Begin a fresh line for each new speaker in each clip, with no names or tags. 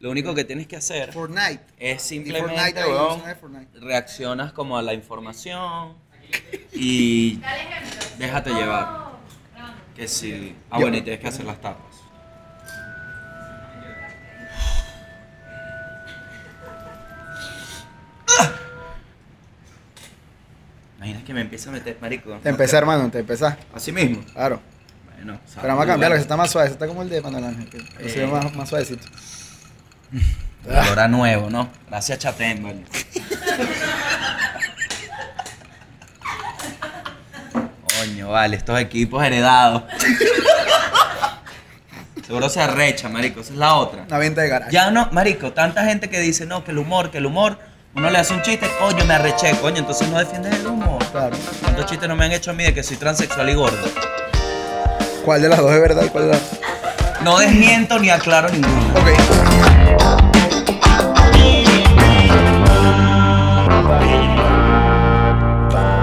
Lo único que tienes que hacer
Fortnite.
es
Y
simplemente,
Fortnite, la
weón,
evolución de Fortnite.
reaccionas como a la información y
Dale ejemplo.
Déjate
No,
llevar.
no.
que si... Ah, bueno, y tienes que hacer las tapas. Imaginas que me empieza a meter, marico.
Te empecé, hermano, te empezás.
Así mismo.
Claro.
Ah, Bueno,
Pero vamos a cambiarlo, que está más suave. ese Está como el de Manuel Ángel. que- que se ve
Eh.
más, más suavecito.
Olor a nuevo, ¿no? Gracias, Chatén, vale. Coño, vale, estos equipos heredados. Seguro se arrecha, marico, esa es la otra.
Una venta de garaje.
Ya no, marico, tanta gente que dice, no, que el humor, que el humor. Uno le hace un chiste, coño, me arreché, coño, entonces no defiendes el humor.
Claro.
¿Cuántos chistes no me han hecho a mí de que soy transexual y gordo?
¿Cuál de las dos es verdad y cuál de las
No desmiento ni aclaro ninguno.
Ok.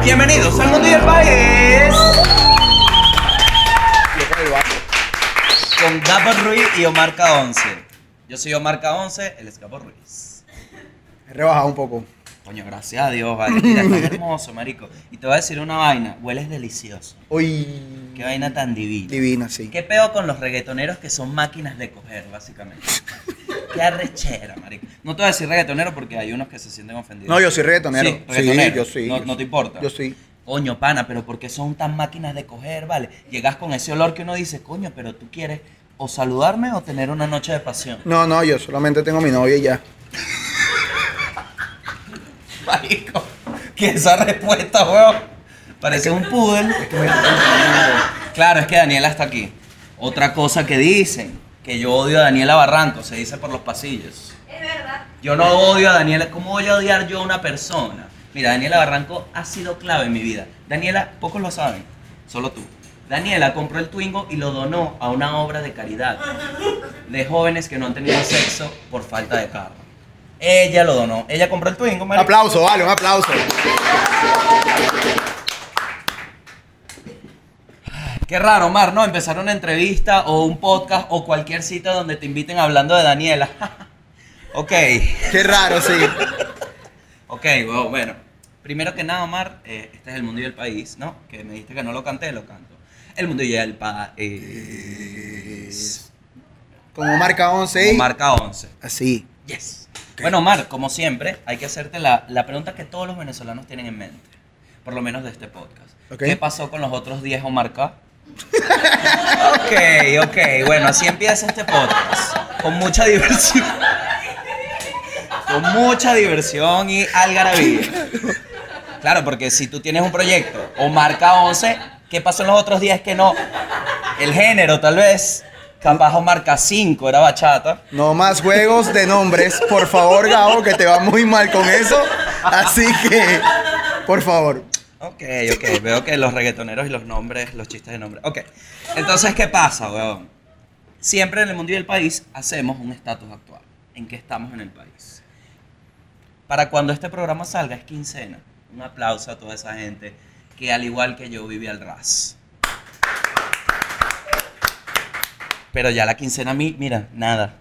Bienvenidos al mundo del país. con Gabo Ruiz y Omar K11. Yo soy Omar K11, él es Gabo Ruiz.
He rebajado un poco.
Coño, gracias a Dios, vale. Mira, estás hermoso, marico. Y te voy a decir una vaina, hueles delicioso.
Uy.
Qué vaina tan divina.
Divina, sí.
Qué peo con los reggaetoneros que son máquinas de coger, básicamente. Qué arrechera, marico. No te voy a decir reggaetonero porque hay unos que se sienten ofendidos.
No, yo soy reggaetonero.
Sí, reggaetonero.
Sí, yo sí,
No,
yo
no
sí.
te importa.
Yo sí.
Coño, pana, pero ¿por qué son tan máquinas de coger, vale? Llegas con ese olor que uno dice, coño, pero tú quieres o saludarme o tener una noche de pasión.
No, no, yo solamente tengo mi novia y ya.
Marico, que esa respuesta, weón. Parece un poodle. Claro, es que Daniela está aquí. Otra cosa que dicen, que yo odio a Daniela Barranco, se dice por los pasillos.
Es verdad.
Yo no odio a Daniela, ¿cómo voy a odiar yo a una persona? Mira, Daniela Barranco ha sido clave en mi vida. Daniela, pocos lo saben, solo tú. Daniela compró el Twingo y lo donó a una obra de caridad de jóvenes que no han tenido sexo por falta de carro. Ella lo donó. Ella compró el Twingo,
Un
marico.
aplauso, vale, un aplauso.
Qué raro, Omar, ¿no? Empezar una entrevista o un podcast o cualquier cita donde te inviten hablando de Daniela. ok,
Qué raro, sí.
ok, wow, bueno. Primero que nada, Omar, eh, este es El Mundo y el País, ¿no? Que me dijiste que no lo canté, lo canto. El Mundo y el País.
Como marca 11
Como
y...
Marca 11.
Así.
Yes. Bueno, Omar, como siempre, hay que hacerte la, la pregunta que todos los venezolanos tienen en mente, por lo menos de este podcast.
Ok.
¿Qué pasó con los otros 10 Omar K? ok, ok, bueno, así empieza este podcast, con mucha diversión. Con mucha diversión y algarabía. Claro, porque si tú tienes un proyecto o marca 11, ¿qué pasó en los otros 10 que no? El género, tal vez. Capaz o marca 5 era bachata.
No más juegos de nombres, por favor, Gabo, que te va muy mal con eso. Así que, por favor.
Ok, ok, veo que los reggaetoneros y los nombres, los chistes de nombres. Ok, entonces, ¿qué pasa, weón? Siempre en el mundo y el país hacemos un estatus actual, en qué estamos en el país. Para cuando este programa salga es quincena. Un aplauso a toda esa gente que al igual que yo vive al ras. Pero ya la quincena a mí, mira, nada,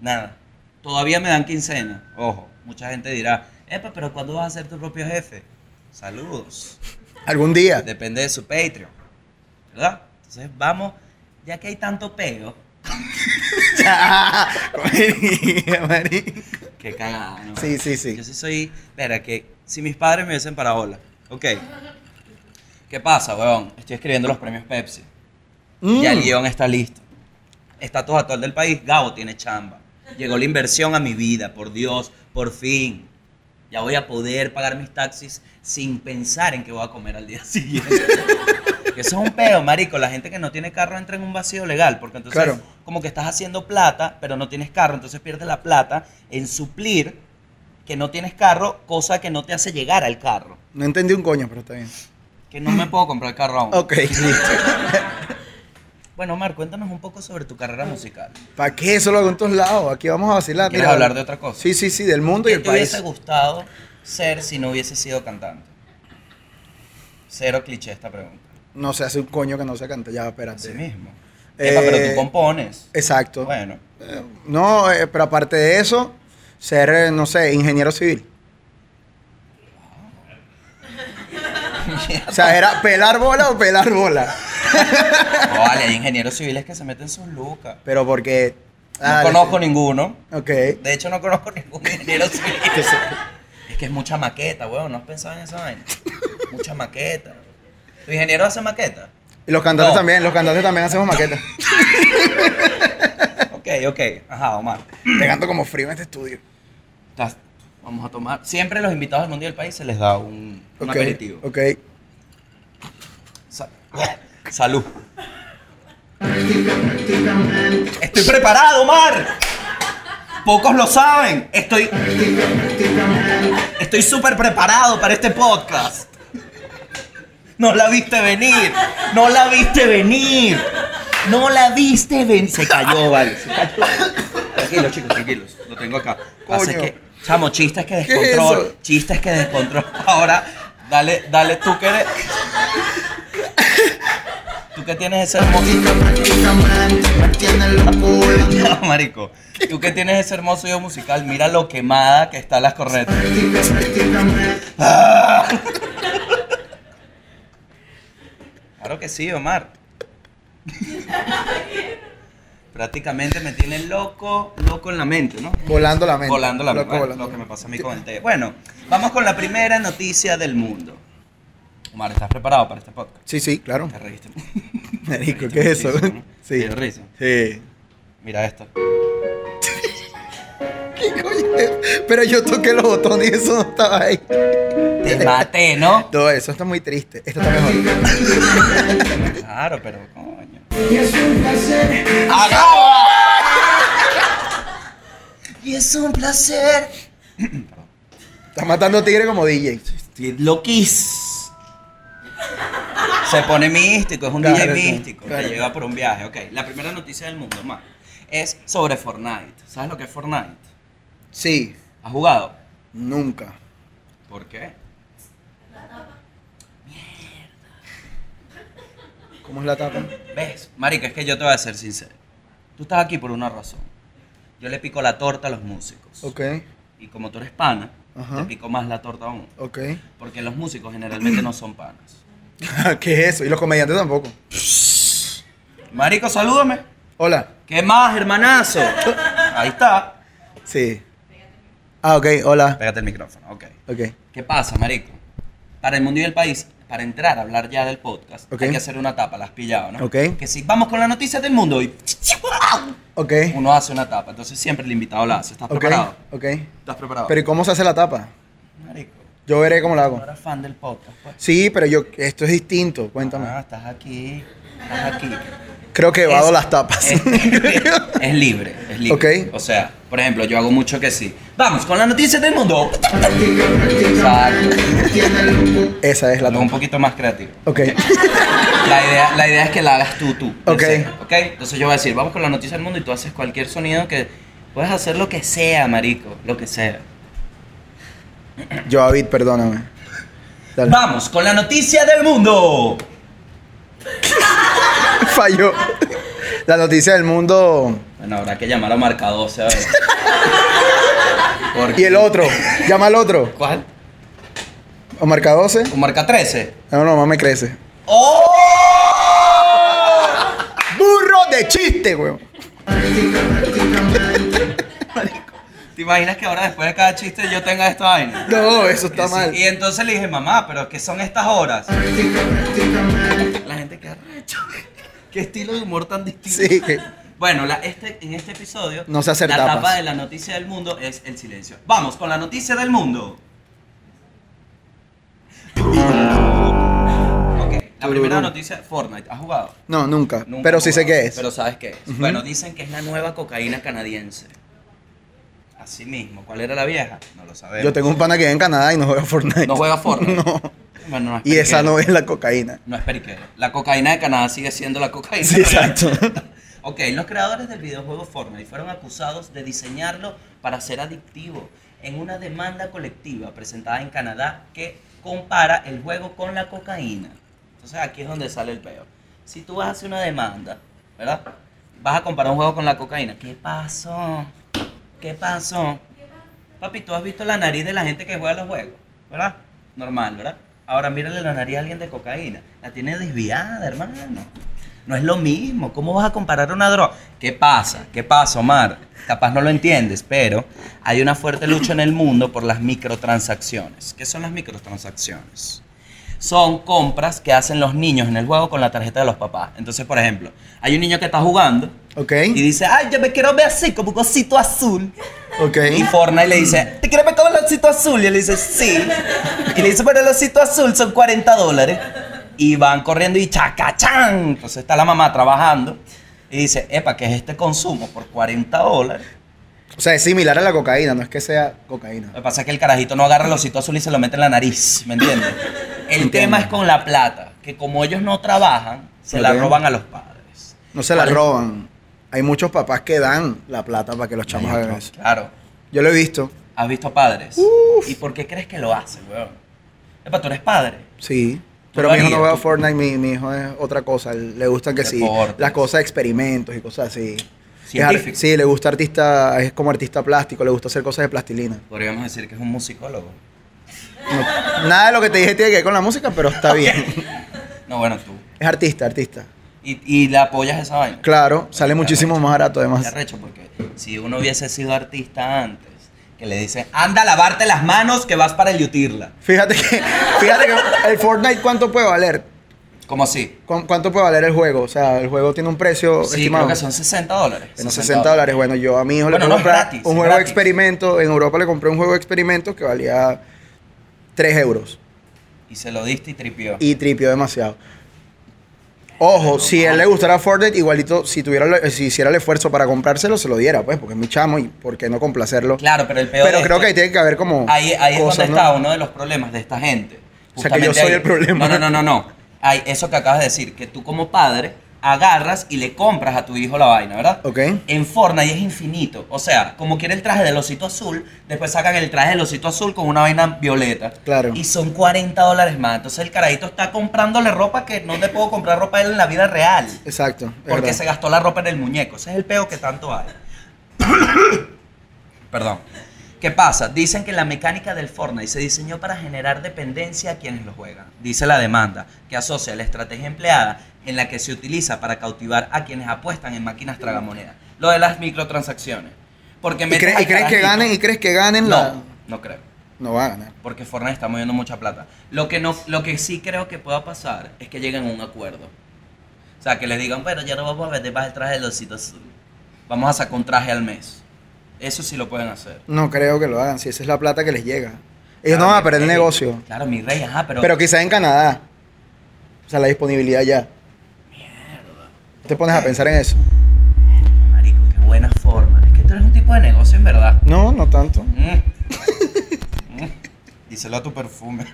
nada. Todavía me dan quincena. Ojo, mucha gente dirá, epa, pero ¿cuándo vas a ser tu propio jefe? Saludos.
Algún día.
Depende de su Patreon. ¿Verdad? Entonces vamos, ya que hay tanto peo, que cagada, ¿no?
Sí, sí, sí.
Yo sí soy. Espera, que si mis padres me hubiesen para bola. Ok. ¿Qué pasa, weón? Estoy escribiendo los premios Pepsi.
Mm.
Ya el guión está listo. Estatus actual del país, Gabo tiene chamba. Llegó la inversión a mi vida, por Dios, por fin. Ya voy a poder pagar mis taxis sin pensar en qué voy a comer al día siguiente. Que eso es un peo, marico. La gente que no tiene carro entra en un vacío legal, porque entonces
Claro.
como que estás haciendo plata, pero no tienes carro, entonces pierdes la plata en suplir que no tienes carro, cosa que no te hace llegar al carro.
No entendí un coño, pero está bien.
Que no me puedo comprar carro aún.
Ok, listo.
Bueno, Omar, cuéntanos un poco sobre tu carrera musical.
¿Para qué eso lo hago en todos lados? Aquí vamos a vacilar.
¿Quieres hablar de otra cosa?
Ah, Sí, sí, sí, del mundo y
¿Qué
el
te hubiese
país.
gustado ser si no hubiese sido cantante? Cero cliché esta pregunta.
No sé, hace un coño que no se canta. Ya, espérate.
Así mismo. Epa, pero
Eh,
tú compones.
Exacto.
Bueno.
No, eh, pero aparte de eso, ser, eh, no sé, ingeniero civil. O sea, era pelar bola o pelar bola.
No, vale, hay ingenieros civiles que se meten sus lucas.
Pero porque...
No
ah,
conozco ninguno.
Ok.
De hecho, no conozco ningún ingeniero civil. es que es mucha maqueta, weón. ¿No has pensado en esa vaina? Mucha maqueta. ¿Tu ingeniero hace maqueta?
Y los cantantes
No.
también, los cantantes también hacemos maquetas.
Ok, ok. Ajá, Omar.
Te canto como frío en este estudio.
Estás- Vamos a tomar. Siempre los invitados del mundo y del país se les da un, un
Ok,
aperitivo.
Ok.
Sa- Salud. Estoy preparado, Omar. Pocos lo saben. Estoy. Estoy súper preparado para este podcast. No la viste venir. No la viste venir. No la viste venir. Se cayó, vale. Se cayó. Tranquilos, chicos, tranquilos. Lo tengo acá. Así
Coño.
que, chamo, chistes que
¿Qué es
descontrol.
eso?
chistes que descontrol. Ahora, dale, dale tú que eres. Tú que tienes ese hermoso. Ya, marico. Tú que tienes ese hermoso oído musical, mira lo quemada que está las cornetas. Ah. Claro que sí, Omar. Prácticamente me tiene loco, loco en la mente, ¿no?
Volando la mente.
Volando la
Loco
mente.
volando.
Lo que me pasa a mí con el té. Bueno, vamos con la primera noticia del mundo. Omar, ¿estás preparado para este podcast?
Sí, sí, claro.
Te reíste.
Marico, ¿qué es eso?
Muchísimo, ¿no?
Sí.
Te dio risa.
Sí.
Mira esto.
¿Qué coño es? Pero yo toqué los botones y eso no estaba ahí.
Te maté, ¿no?
Todo eso está muy triste. Esto está mejor.
Claro, pero coño. ¡Acaba! Y es un placer.
Estás matando tigre como DJ.
Estoy loquís. Se pone místico, es un
Claro,
DJ
claro,
místico.
claro.
Te lleva por un viaje. Ok, la primera noticia del mundo, más. Es sobre Fortnite. ¿Sabes lo que es Fortnite?
Sí.
¿Has jugado?
Nunca.
¿Por qué?
¿Cómo es la tapa?
¿Ves? Marica, es que yo te voy a ser sincero. Tú estás aquí por una razón. Yo le pico la torta a los músicos.
Ok.
Y como tú eres pana,
Ajá.
te pico más la torta aún.
Ok.
Porque los músicos generalmente no son panas.
¿Qué es eso? Y los comediantes tampoco.
Marico, salúdame.
Hola.
¿Qué más, hermanazo? Ahí está.
Sí. Ah, ok. Hola.
Pégate el micrófono, ok.
Ok.
¿Qué pasa, marico? Para el mundo y el país, para entrar a hablar ya del podcast,
Ok.
hay que hacer una tapa, la has pillado, ¿no?
Ok.
Que si vamos con las noticias del mundo y
Ok.
uno hace una tapa, entonces siempre el invitado la hace. ¿Estás
Ok.
preparado?
Ok.
¿Estás preparado?
Pero ¿y cómo se hace la tapa?
Marico,
Yo veré cómo la
no
hago.
eres fan del podcast, pues.
Sí, pero yo, esto es distinto, cuéntame.
Ah, estás aquí, estás aquí.
Creo que he
Es-
dado las tapas.
Es, es libre, es libre.
Ok.
O sea, por ejemplo, yo hago mucho que sí. Vamos con las noticias del mundo. Exacto.
Esa es la
Un
tapa.
poquito más creativo.
Ok.
La idea, la idea es que la hagas tú, tú. de
Ok.
cero, ok. Entonces yo voy a decir, vamos con las noticias del mundo y tú haces cualquier sonido que. Puedes hacer lo que sea, marico, lo que sea.
Yo, David, perdóname. Dale.
Vamos con la noticia del mundo.
Falló. La noticia del mundo.
Bueno, habrá que llamar a Marca 12 a ver. Porque-
Y el otro. Llama al otro.
¿Cuál?
O marca 12.
¿Con Marca 13?
No, no, me crece.
¡Oh!
Burro de chiste, weón.
¿Te imaginas que ahora después de cada chiste yo tenga esta vaina?
No, eso
Y
está
sí,
mal.
Y entonces le dije, mamá, pero ¿qué son estas horas? La gente queda recho. Qué estilo de humor tan distinto.
Sí, que-
Bueno, la- este, en este episodio,
No sé hacer
la
tapas.
tapa de la noticia del mundo es el silencio. Vamos con la noticia del mundo.
Ah.
Ok, la primera noticia, Fortnite. ¿Has jugado?
No, nunca.
Nunca
pero
he
sí sé
jugado,
qué es.
Pero sabes qué es. Bueno, dicen que es la nueva cocaína canadiense. Así mismo. ¿Cuál era la vieja? No lo sabemos.
Yo tengo un pana que vive en Canadá y no juega Fortnite.
No juega Fortnite.
No.
Bueno, no es
Y esa
periquero.
no es la cocaína.
No es periquero. La cocaína de Canadá sigue siendo la cocaína.
Sí,
real.
exacto.
Ok, los creadores del videojuego Fortnite fueron acusados de diseñarlo para ser adictivo en una demanda colectiva presentada en Canadá que compara el juego con la cocaína. Entonces aquí es donde sale el peor. Si tú vas a hacer una demanda, ¿verdad? Vas a comparar un juego con la cocaína. ¿Qué pasó? ¿Qué pasó? Papi, tú has visto la nariz de la gente que juega los juegos, ¿verdad? Normal, ¿verdad? Ahora mírale la nariz a alguien de cocaína. La tiene desviada, hermano. No es lo mismo. ¿Cómo vas a comparar una droga? ¿Qué pasa? ¿Qué pasa, Omar? Capaz no lo entiendes, pero hay una fuerte lucha en el mundo por las microtransacciones. ¿Qué son las microtransacciones? son compras que hacen los niños en el juego con la tarjeta de los papás. Entonces, por ejemplo, hay un niño que está jugando
Ok,
y dice, ay, yo me quiero ver así, como un osito azul.
ok.
Y Fortnite le dice, ¿te quieres ver como el osito azul? Y él dice, sí. Y le dice, pero el osito azul son 40 dólares. Y van corriendo y chacachán. Entonces está la mamá trabajando y dice, epa, ¿qué es este consumo? Por 40 dólares.
O sea, es similar a la cocaína, no es que sea cocaína.
Lo que pasa es que el carajito no agarra el osito azul y se lo mete en la nariz, ¿me entiendes? El
Entiendo.
tema es con la plata, que como ellos no trabajan, se la
Ok.
roban a los padres.
No se la
Ahora-
roban. Hay muchos papás que dan la plata para que los chamos hagan eso.
Claro.
Yo lo he visto.
¿Has visto a padres? ¿Y por qué crees que lo hacen, weón? Epa, tú eres padre.
Sí.
¿Tú
Pero
lo
mi hijo no
harías?
juega
¿Tú-
Fortnite, mi, mi hijo es otra cosa. Le gustan que sí.
Deportes.
Las cosas, experimentos y cosas así. Es ar-
Científico.
Sí, le gusta artista, es como artista plástico, le gusta hacer cosas de plastilina.
Podríamos decir que es un musicólogo.
No- nada de lo que te dije tiene que ver con la música, pero está bien.
No, bueno, tú.
Es artista, artista.
Y, y le apoyas esa vaina.
Claro, sale muchísimo más barato
Qué
además.
arrecho, porque si uno hubiese sido artista antes, que le dicen, anda a lavarte las manos que vas para el yutirla.
Fíjate que, fíjate que el Fortnite cuánto puede valer.
Como así.
¿Cu- ¿Cuánto puede valer el juego? O sea, el juego tiene un precio
Sí,
Oh, estimado.
creo que son 60 dólares.
Bueno, 60 dólares. Bueno, yo a mi hijo
Bueno,
le
no,
compré
es gratis, es
un juego de
gratis.
experimento. En Europa le compré un juego de experimento que valía 3 euros.
Y se lo diste y tripió.
Y tripió demasiado. Ojo, si a él le gustara Fortnite, igualito, si tuviera la- si hiciera el esfuerzo para comprárselo, se lo diera, pues, porque es mi chamo y por qué no complacerlo.
Claro, pero el peor
Pero
es
creo que ahí
esto-
tiene que haber como.
ahí, ahí es donde
cosas, ¿no?
está uno de los problemas de esta gente.
O sea, que yo
Justamente
soy
ahí.
el problema.
No, no, no, no, no. Hay eso que acabas de decir, que tú como padre agarras y le compras a tu hijo la vaina, ¿verdad?
Ok.
En Fortnite es infinito. O sea, como quiere el traje del osito azul, después sacan el traje del osito azul con una vaina violeta.
Claro.
Y son 40 dólares más. Entonces el carajito está comprándole ropa que no le puedo comprar ropa a él en la vida real.
Exacto. es
Porque
verdad.
se gastó la ropa en el muñeco. Ese es el peo que tanto hay. Perdón. ¿Qué pasa? Dicen que la mecánica del Fortnite se diseñó para generar dependencia a quienes lo juegan. Dice la demanda, que asocia la estrategia empleada en la que se utiliza para cautivar a quienes apuestan en máquinas tragamonedas. Lo de las microtransacciones. Porque
¿Y,
metes
crees,
al
y crees que
carajito-
ganen? ¿Y crees que ganen? La...
No, no creo.
No va a ganar.
Porque Fortnite está moviendo mucha plata. Lo que, no, lo que sí creo que pueda pasar es que lleguen a un acuerdo. O sea, que les digan, bueno, ya no vamos a vender más el traje de osito azul. Vamos a sacar un traje al mes. Eso sí lo pueden hacer.
No creo que lo hagan, si esa es la plata que les llega. Ellos
Claro,
no van a
mi
perder el
rey.
negocio.
Claro, mi rey, ajá, pero...
Pero quizás en Canadá. O sea, la disponibilidad ya. ¿Te pones a pensar en eso?
Marico, qué buena forma. Es que tú eres un tipo de negocio, en verdad.
No, no tanto.
Mm. Mm. Díselo a tu perfume.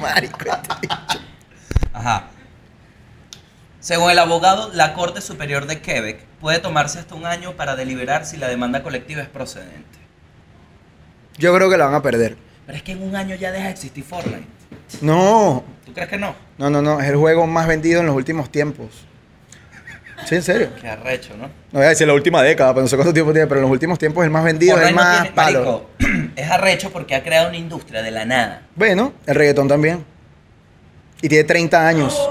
Marico, este-
Ajá. Según el abogado, la Corte Superior de Quebec puede tomarse hasta un año para deliberar si la demanda colectiva es procedente.
Yo creo que la van a perder.
Pero es que en un año ya deja de existir Fortnite.
No,
¿Tú crees que no?
no, no, no. Es el juego más vendido en los últimos tiempos. Sí, en serio.
Qué arrecho, ¿no?
No voy a decir la última década, pero no sé cuánto tiempo tiene, pero en los últimos tiempos es el más vendido, es
Fortnite
el
no
más
tiene-
palo.
Marico, es arrecho porque ha creado una industria de la nada.
Bueno, el reggaetón también. Y tiene 30 años.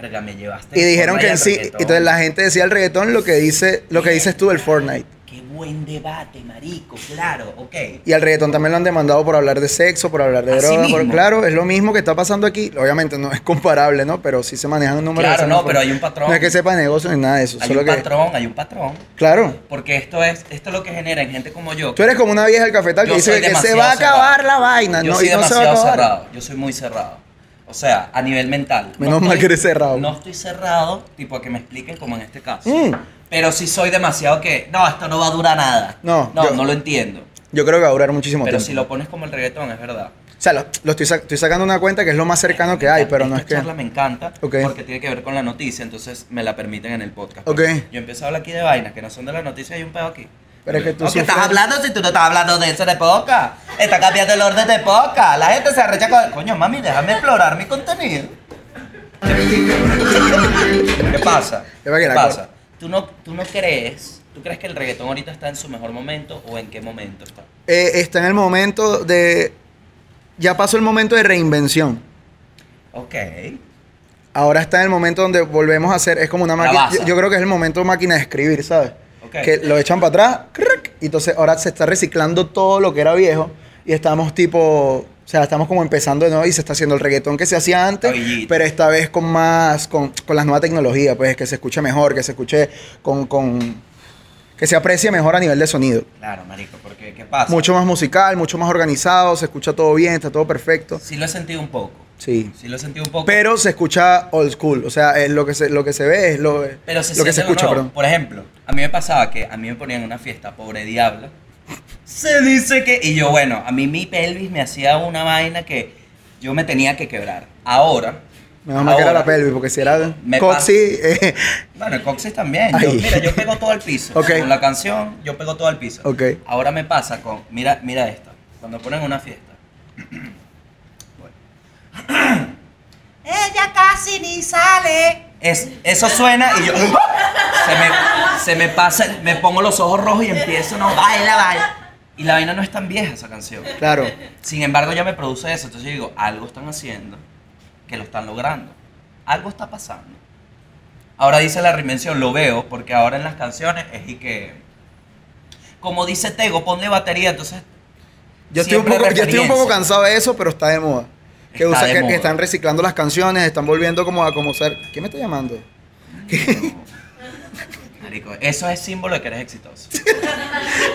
Verga, me llevaste.
Y
el
dijeron que
Fortnite
en
al
sí.
Oh. reggaetón.
Entonces la gente decía el reggaetón lo que dice, lo que dices tú del Fortnite.
Qué buen debate, marico, claro, ok.
Y al reggaetón también lo han demandado por hablar de sexo, por hablar de
Así
droga.
mismo.
por- claro, es lo mismo que está pasando aquí. Obviamente no es comparable, ¿no? Pero sí se manejan números.
Claro,
de esa
no,
misma
pero
forma.
hay un patrón.
No es que sepa negocio ni nada de eso.
Hay
solo
un
que,
patrón, hay un patrón.
Claro.
Porque esto es, esto es lo que genera en gente como yo.
Tú eres como una vieja del cafetal que
Yo
dice
soy
que se
demasiado
va a acabar
cerrado.
la vaina.
Yo
no,
soy
y no se va a
demasiado
acabar.
cerrado. Yo soy muy cerrado. O sea, a nivel mental.
Menos mal que eres cerrado.
No estoy cerrado, tipo a que me expliquen como en este caso.
Mm.
Pero sí soy demasiado que, no, esto no va a durar nada.
No,
no,
yo-
no lo entiendo.
Yo creo que va a durar muchísimo
Pero
tiempo.
si lo pones como el reggaetón, es verdad.
O sea, lo, lo estoy, sac- estoy sacando una cuenta que es lo más cercano que hay,
Esta-
Ah, pero no es
esta
que.
charla me encanta
Ok.
porque tiene que ver con la noticia, entonces me la permiten en el podcast.
Ok.
Yo empiezo a hablar aquí de vainas que no son de la noticia, hay un pedo aquí.
Pero es que tú
No, ¿qué
sufres-
estás hablando si tú no estás hablando de eso de podcast? Está cambiando el orden de podcast. La gente se arrecha con... Coño, mami, déjame explorar mi contenido. ¿Qué pasa?
Yo me
¿Qué
quedé
pasa?
corto.
¿Tú no, ¿Tú no crees, tú crees que el reggaetón ahorita está en su mejor momento o en qué momento está?
Eh, está en el momento de. Ya pasó el momento de reinvención.
Ok.
Ahora está en el momento donde volvemos a hacer. Es como una
La
máquina.
baza.
Yo, yo creo que es el momento máquina de escribir, ¿sabes?
Ok.
Que lo echan para atrás. crack, y entonces ahora se está reciclando todo lo que era viejo. Y estamos tipo. O sea, estamos como empezando de nuevo y se está haciendo el reggaetón que se hacía antes,
Cabellito.
pero esta vez con más, con, con las nuevas tecnologías, pues que se escuche mejor, que se escuche con, con, que se aprecie mejor a nivel de sonido.
Claro, marico, porque ¿qué pasa?
Mucho más musical, mucho más organizado, se escucha todo bien, está todo perfecto.
Sí lo he sentido un poco.
Sí.
Sí lo he sentido un poco.
Pero se escucha old school, o sea, es lo que se, lo que se ve es lo,
Pero se
lo que se
siente
escucha,
uno-
perdón.
Por ejemplo, a mí me pasaba que a mí me ponían en una fiesta, pobre diablo. Se dice que. Y yo, bueno, a mí mi pelvis me hacía una vaina que yo me tenía que quebrar. Ahora.
Menos mal que era
ahora-
la pelvis, porque si era
Me
coxi, eh,
Bueno, el coxis también. Yo,
Ay.
mira, yo pego todo al piso.
Ok.
Con la canción, yo pego todo al piso.
Ok.
Ahora me pasa con. Mira, mira esto. Cuando ponen una fiesta. Bueno. Ella casi ni sale. Es, eso suena y yo. Se me, se me pasa, me pongo los ojos rojos y empiezo, no, baila, baila. Y la vaina no es tan vieja esa canción.
claro.
Sin embargo, ya me produce eso. Entonces yo digo, algo están haciendo que lo están logrando. Algo está pasando. Ahora dice la reinvención, lo veo, porque ahora en las canciones es y que. Como dice Tego, ponle batería, entonces.
Yo estoy, un
siempre
poco, yo estoy un poco
referencia.
cansado de eso, pero está de moda. Que,
Está
usa-
de
que-
moda.
que están reciclando las canciones, están volviendo como a como ser. ¿Quién me está llamando?
Marico, eso es símbolo de que eres exitoso.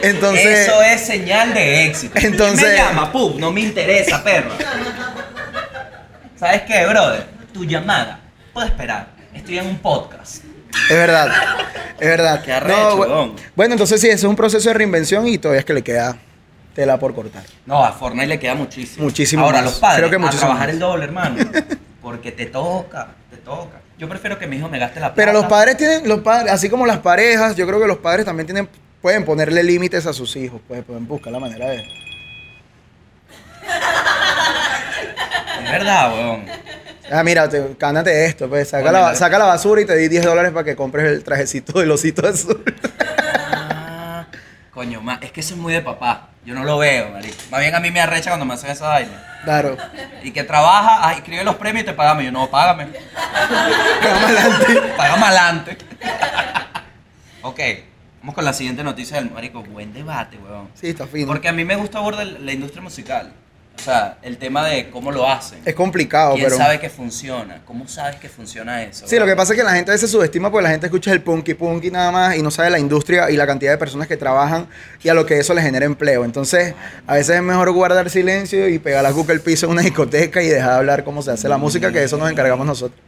Entonces,
eso es señal de éxito. ¿Quién
Entonces-
me llama, pum, no me interesa, perro. ¿Sabes qué, brother? Tu llamada puede esperar. Estoy en un podcast.
es verdad. Es verdad.
Qué arrecho,
bu-
weón.
bueno, entonces sí, eso es un proceso de reinvención y todavía es que le queda tela por cortar.
No, a Fortnite le queda muchísimo.
Muchísimo
Ahora,
más.
los padres,
Creo que
a
muchísimo
trabajar
más.
el doble, hermano. Porque te toca, te toca. Yo prefiero que mi hijo me gaste la plata.
Pero los padres tienen, los padres, así como las parejas, yo creo que los padres también tienen, pueden ponerle límites a sus hijos, pues pueden buscar la manera de.
Es verdad, weón.
Ah, mira, te, cánate esto, pues saca
Ponle
la,
la-
saca la basura y te di 10 dólares para que compres el trajecito del osito azul.
Ah, coño, ma, es que eso es muy de papá. Yo no lo veo, marico. Más bien a mí me arrecha cuando me hacen esa vaina.
Claro.
Y que trabaja, ah, escribe los premios y te pagamos. Yo, no, págame.
Vamos adelante.
Págame adelante. ok, vamos con la siguiente noticia del marico. Buen debate, weón.
Sí, está fino.
Porque a mí me gusta abordar la industria musical. O sea, el tema de cómo lo hacen.
Es complicado,
¿Quién
Ah, pero.
sabe que funciona? ¿Cómo sabes que funciona eso?
Sí, lo que pasa es que la gente a veces subestima porque la gente escucha el punky punky nada más y no sabe la industria y la cantidad de personas que trabajan y a lo que eso le genera empleo. Entonces, a veces es mejor guardar silencio y pegar la cuca al piso en una discoteca y dejar hablar cómo se hace la música, que de eso nos encargamos nosotros.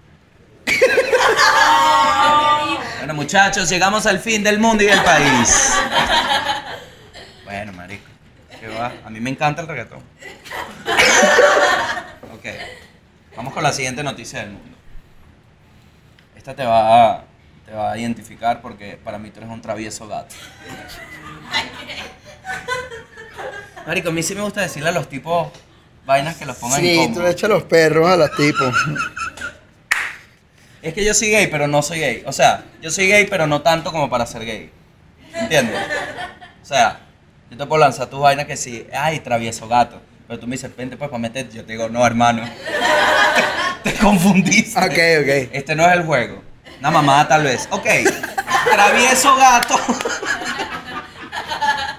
Bueno, muchachos, llegamos al fin del mundo y del país. bueno, marico. ¿Qué va? A mí me encanta el reggaetón. ok. Vamos con la siguiente noticia del mundo. Esta te va a, te va a identificar porque para mí tú eres un travieso gato. Marico, a mí sí me gusta decirle a los tipos vainas que los pongan
Sí, tú le
incómodos.
echas los perros a los tipos.
Es que yo soy gay, pero no soy gay. O sea, yo soy gay, pero no tanto como para ser gay. ¿Entiendes? O sea, yo te puedo lanzar tus vainas que sí, ay, travieso gato. Pero tú me dices, vente pues para meterte. Yo te digo, no, hermano. te confundiste.
Ok, ok.
Este no es el juego. Una mamada tal vez. Ok. Travieso gato.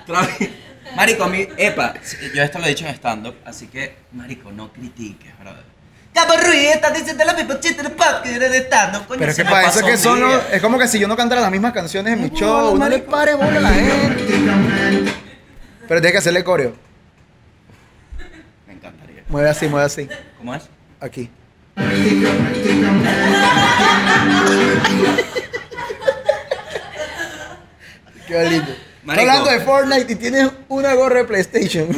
Travi- Marico, a mí, epa, yo esto lo he dicho en stand-up, así que, marico, no critiques, brother. Cabo Ruiz, estás diciendo la misma chiste de pop que eres de stand-up, coño.
Pero es
se
que
me
para
pasó
eso que
un
son
día.
los- Es como que si yo no cantara las mismas canciones en mi
No,
show, no le
marico.
pare bola a la gente. Pero tienes que hacerle coreo.
Me encantaría.
Mueve así, mueve así.
¿Cómo es?
Aquí. Qué lindo. Está
Marico.
hablando de Fortnite y tienes una gorra de PlayStation.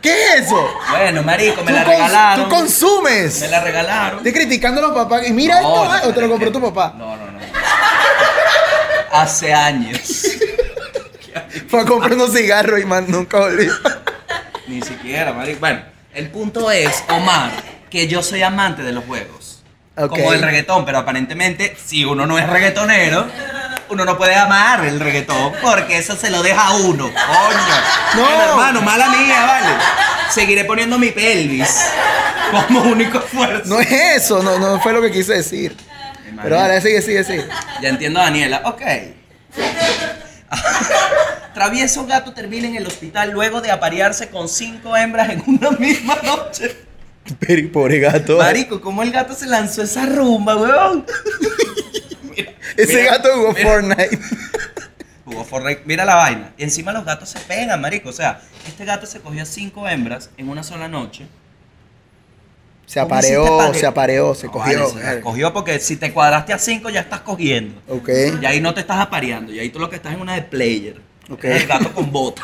¿Qué es eso?
Bueno, marico, me la
Tú cons-
regalaron.
Tú consumes.
Me la regalaron.
Estoy criticando a los papás. Y mira
No,
esto, ¿eh?
no,
o te
pero
lo
es
compró
que-
tu papá.
No, no, no. Hace años.
Fue a comprar unos cigarros y man, nunca volvió.
Ni siquiera, marico. Bueno, el punto es, Omar, que yo soy amante de los juegos.
Ok.
Como el reggaetón, pero aparentemente, si uno no es reggaetonero, uno no puede amar el reggaetón porque eso se lo deja a uno. Coño.
No.
Bueno, hermano, mala mía, vale. Seguiré poniendo mi pelvis como único esfuerzo.
No es eso, no, no fue lo que quise decir.
Imagínate.
Pero ahora sigue, sigue, sigue.
Ya entiendo a Daniela. Ok. Travieso gato termina en el hospital luego de aparearse con cinco hembras en una misma noche.
Pero y pobre gato. ¿eh?
Marico, ¿cómo el gato se lanzó esa rumba, weón? Mira,
Ese
mira,
gato jugó
mira,
Fortnite.
jugó Fortnite. Mira la vaina. Encima los gatos se pegan, marico. O sea, este gato se cogió a cinco hembras en una sola noche.
Se
¿Cómo hiciste
apareó,
para-
se apareó, se
No,
cogió. eh.
vale, se las cogió porque si te cuadraste a cinco ya estás cogiendo.
Ok.
Y ahí no te estás apareando, y ahí tú lo que estás en una de player.
Ok.
Eres El gato con bota.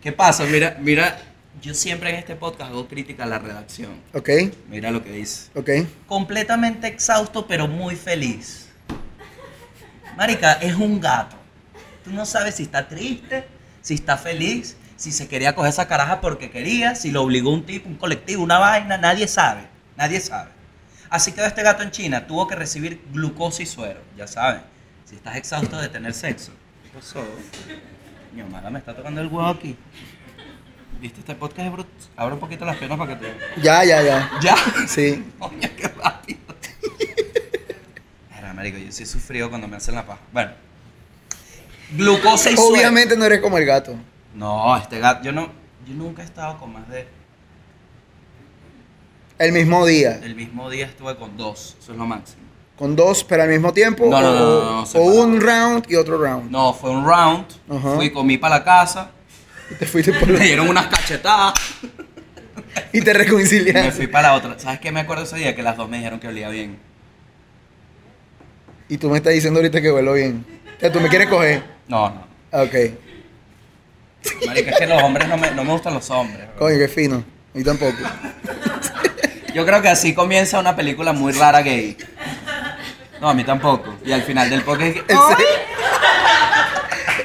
¿Qué pasa? Mira, mira, yo siempre en este podcast hago crítica a la redacción.
Ok,
Mira lo que dice.
ok.
Completamente exhausto, pero muy feliz. Marica, es un gato. Tú no sabes si está triste, si está feliz, si se quería coger esa caraja porque quería, si lo obligó un tipo, un colectivo, una vaina, nadie sabe. Nadie sabe. Así quedó este gato en China. Tuvo que recibir glucosa y suero. Ya saben, si estás exhausto de tener sexo. ¿Qué pasó? Mi mamá me está tocando el huevo aquí. ¿Viste este podcast? es brut- Abre un poquito las piernas para que te...
Ya, ya, ya.
Ya.
Sí.
Coño, qué rápido. Era, marico, yo sí he sufrido cuando me hacen la paja. Bueno. Glucosa y suero.
Obviamente no eres como el gato.
No, este gato, yo no, yo nunca he estado con más de,
El mismo día.
el mismo día estuve con dos, eso es lo máximo.
Con dos, pero al mismo tiempo.
No, no,
o-
no, no, no, no,
o
separado.
un round y otro round.
No, fue un round,
Ajá.
fui, comí para la casa,
Te fuiste por
me
la-
dieron unas cachetadas y
y te
me fui
reconciliaste.
para la otra. ¿Sabes qué me acuerdo ese día? Que las dos me dijeron que olía bien.
Y tú me estás diciendo ahorita que vuelo bien. O sea, tú me quieres coger.
No, no.
Ah, Ok.
Marico, es que los hombres no me, no me gustan los hombres. bro.
Coño, qué fino. Y tampoco.
Yo creo que así comienza una película muy rara gay. No, a mí tampoco. Y al final del podcast es que-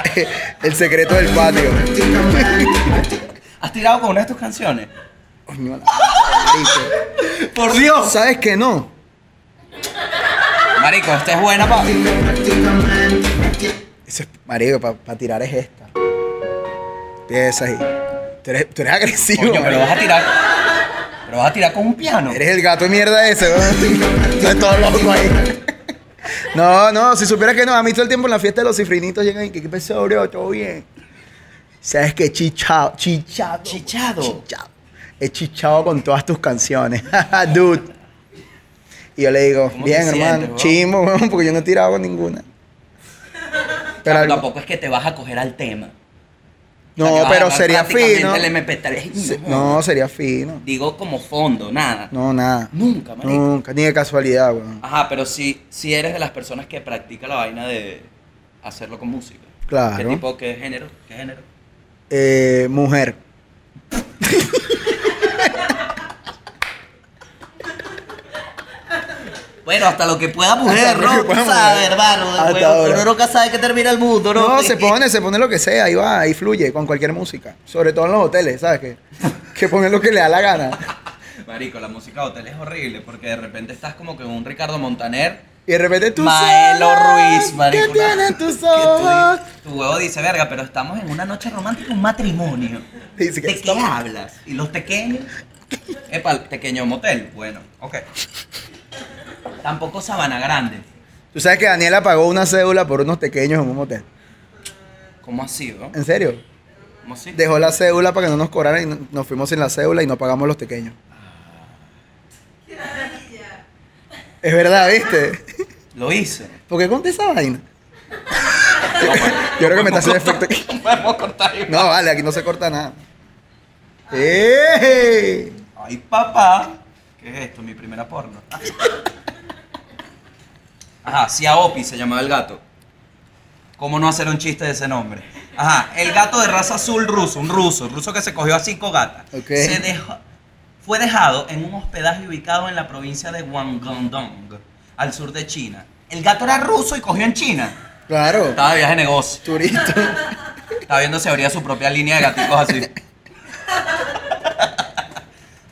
El, se- El secreto del patio.
¿Has tirado con una de tus canciones?
Coño, la madre,
¡Por
marico.
Dios!
¿Sabes que no?
Marico, esta es buena pa...
Eso es, marico, para tirar es esta. Empieza ahí. Tú eres, tú eres agresivo.
Coño, pero
marico.
vas a tirar... Pero vas a tirar con un piano.
Eres el gato de mierda ese, weón. Tú eres todo loco ahí. No, no, si supieras que no, a mí todo el tiempo en la fiesta de los cifrinitos llegan y que qué pasó, bro, todo bien. Sabes que chichado, chichado.
Chichado.
Chichado. He chichado con todas tus canciones. Dude. Y yo le digo,
¿Cómo te
bien,
sientes,
hermano,
weón?
chimo, weón, porque yo no he tirado con ninguna. Pero algo-
Tampoco es que te vas a coger al tema. O sea, que
no,
vas a
pero
agarrar
sería
prácticamente
fino.
el MP3.
Se- No, sería fino.
Digo como fondo, nada.
No, nada.
Nunca, marico.
Nunca, ni de casualidad, weón.
Ajá, pero si, si eres de las personas que practica la vaina de hacerlo con música.
Claro.
¿Qué tipo, qué género? ¿Qué género?
Eh, mujer.
Bueno, hasta lo que pueda mujer,
Hasta lo
¿no?
que
Tú
pueda
sabes,
mujer.
hermano.
Hasta
bueno,
ahora.
Uno nunca sabe que termina el mundo, ¿no?
No, se pone, se pone lo que sea, ahí va, ahí fluye con cualquier música. Sobre todo en los hoteles, ¿sabes qué? Que ponen lo que le da la gana.
Marico, la música de hotel es horrible porque de repente estás como que un Ricardo Montaner,
Y de repente tú.
Maelo Ruiz, marico.
¿Qué tienen tus
que tú
ojos?
di- tu huevo dice, verga, pero estamos en una noche romántica, un matrimonio.
Dice que
¿De qué hablas? ¿Y los pequeños? Epa, pequeño motel. Bueno, ok. Tampoco Sabana Grande.
Tú sabes que Daniela pagó una cédula por unos pequeños en un hotel.
¿Cómo así, no?
¿En serio?
¿Cómo así?
Dejó la cédula para que no nos cobraran y no- nos fuimos sin la cédula y no pagamos los pequeños. Es verdad, ¿viste?
Lo hice.
¿Por qué conté esa vaina? Yo creo que me está haciendo efecto aquí.
Vamos a cortar ahí.
No, vale, aquí no se corta nada. ¡Ey!
Ay, papá. ¿Qué es esto? Mi primera porno. Ajá, Siaopi se llamaba el gato. ¿Cómo no hacer un chiste de ese nombre? Ajá, el gato de raza azul ruso, un ruso, un ruso que se cogió a cinco gatas.
Ok.
Se dejó- fue dejado en un hospedaje ubicado en la provincia de Guangdong, al sur de China. El gato era ruso y cogió en China.
Claro,
Estaba de viaje de negocio.
turista.
Estaba viendo si abría su propia línea de gaticos así.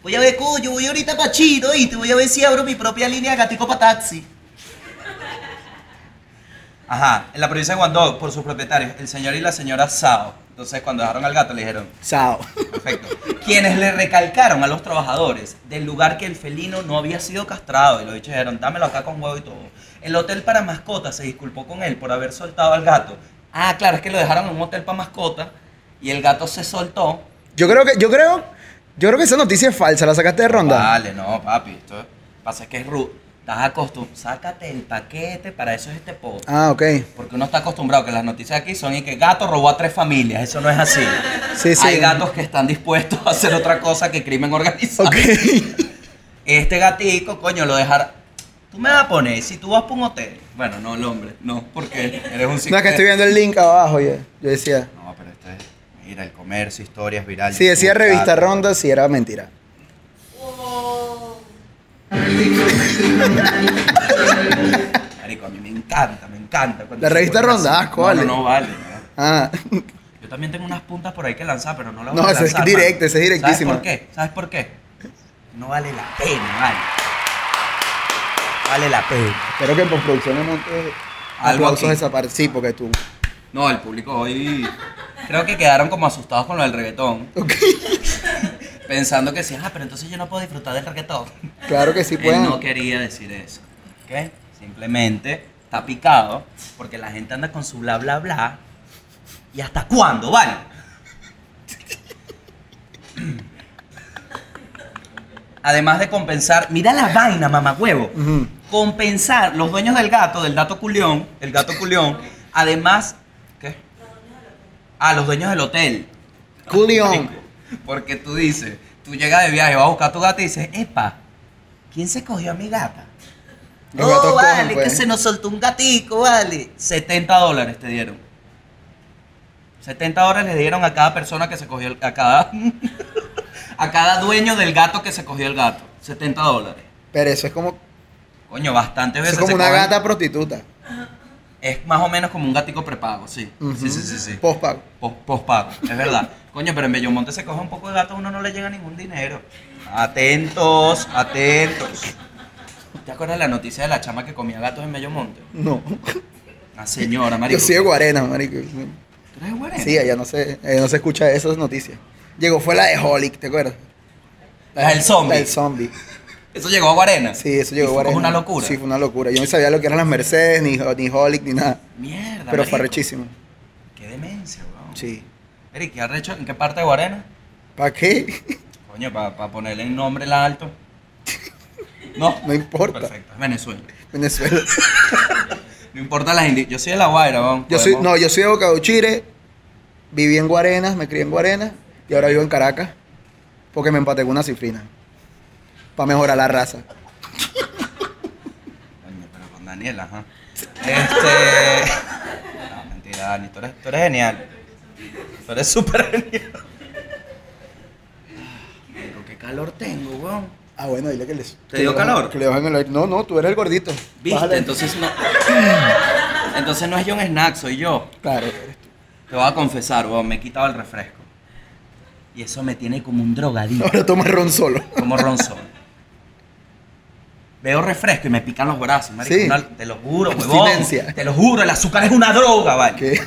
Voy a ver, coño, voy ahorita para Chino y te voy a ver si abro mi propia línea de gatico para taxi. Ajá, en la provincia de Guangdong, por sus propietarios, el señor y la señora Sao. Entonces, cuando dejaron al gato, le dijeron,
Sao.
perfecto. Quienes le recalcaron a los trabajadores del lugar que el felino no había sido castrado y lo dijeron, dámelo acá con huevo y todo. El hotel para mascotas se disculpó con él por haber soltado al gato. Ah, claro, es que lo dejaron en un hotel para mascotas y el gato se soltó.
Yo creo que, yo creo, yo creo que esa noticia es falsa, la sacaste de ronda.
Vale, no, papi. Esto pasa que es rudo. Estás acostumbrado. Sácate el paquete, para eso es este podcast.
Ah, ok.
Porque uno está acostumbrado que las noticias aquí son y que gato robó a tres familias. Eso no es así.
Sí, sí.
Hay gatos que están dispuestos a hacer otra cosa que crimen organizado.
Ok.
Este gatico, coño, lo dejar. Tú me vas a poner, si tú vas por un hotel. Bueno, no, el hombre, no, porque eres un
no, es que estoy viendo el link abajo, yo, yo decía.
No, pero este es. Mira, el comercio, historias virales.
Si decía
YouTube,
revista
gato.
ronda, si era mentira.
Marico, a mí me encanta, me encanta. cuando
La
se
revista
ponen
Ronda, ah,
así.
asco,
No,
vale.
No, no vale. ¿no?
Ah,
Yo también tengo unas puntas por ahí que lanzar, pero no las
No,
voy a
ese es
lanzar.
directo,
mano.
ese es directísimo.
¿Sabes por qué? ¿Sabes por qué? No vale la pena, vale. Vale la pena.
espero que en postproducción me monte
Algo
aplausos
aquí.
de esa parte. Sí, porque tú.
No, el público hoy... Creo que quedaron como asustados con lo del reggaetón.
Ok.
Pensando que sí, ah, pero entonces yo no puedo disfrutar del reggaetón.
Claro que sí
Él
pueden.
Eh, no quería decir eso. ¿Ok? Simplemente está picado porque la gente anda con su bla bla bla. ¿Y hasta cuándo, vale? Además de compensar, mira la vaina, mamagüevo.
Ujú.
Compensar los dueños del gato, del gato culión, el gato culión, además. ¿Qué? Ah, los dueños del hotel.
Culión.
Porque tú dices, tú llegas de viaje, vas a buscar a tu gata y dices, epa, ¿quién se cogió a mi gata?
Los
no,
gatos cogen,
Oh, vale,
pues.
que se nos soltó un gatico, vale. 70 dólares te dieron. 70 dólares le dieron a cada persona que se cogió, el- a cada, a cada dueño del gato que se cogió el gato. 70 dólares.
Pero eso es como,
Coño, bastantes
eso
veces.
es como
se
una
cogen-
gata prostituta.
Es más o menos como un gatico prepago, sí. Sí, sí, sí, sí.
Postpago.
Pos- Pospago, es verdad. Coño, pero en Bellomonte se coge un poco de gato, a uno no le llega ningún dinero. Atentos, atentos. ¿Te acuerdas la noticia de la chama que comía gatos en Bellomonte?
No.
La señora, marico.
Yo soy de Guarena, marico.
¿Tú eres de Guarena?
Sí, allá no se, allá no se escucha esas noticias. Llegó fue la de Holic, ¿te acuerdas?
La del zombie.
La del zombie.
Eso llegó a Guarena.
Sí, eso
Y
llegó a
fue
Guarena.
como una locura.
Sí, fue una locura. Yo no sabía lo que eran las Mercedes, ni, ni Holic, ni nada.
Mierda.
Pero fue
marico.
rechísimo.
Qué demencia, weón.
Sí.
Eric, ¿qué arrecho? ¿En qué parte de Guarena?
¿Para qué?
Coño, para ponerle el nombre la alto. No.
No importa.
Perfecto, es Venezuela.
Venezuela.
No importa la gente. Yo soy de La Guaira, weón.
Yo soy,
Podemos-
no, yo soy de Boca de Uchire. Viví en Guarenas, me crié en Guarenas. Y ahora vivo en Caracas. Porque me empaté con una cifrina. Para mejorar la raza.
Coño, pero con Daniel, ajá. Este. No, mentira, Dani, tú eres, tú eres genial. Tú eres súper genial. Digo, qué calor tengo, weón.
Ah, bueno, dile que les.
¿Te dio
que le-
calor?
que le bajen el aire. No, no, tú eres el gordito.
¿Viste?
Bájale.
Entonces no. Entonces no es John Snack, soy yo.
Claro, eres tú.
Te voy a confesar, weón, me he quitado el refresco. Y eso me tiene como un drogadito,
Ahora toma ron solo.
como ronzón. Veo refresco y me pican los brazos, marico.
Sí.
Una- te lo juro, huevón.
Abstinencia.
Te lo juro, el azúcar es una droga, vale.
¿Qué?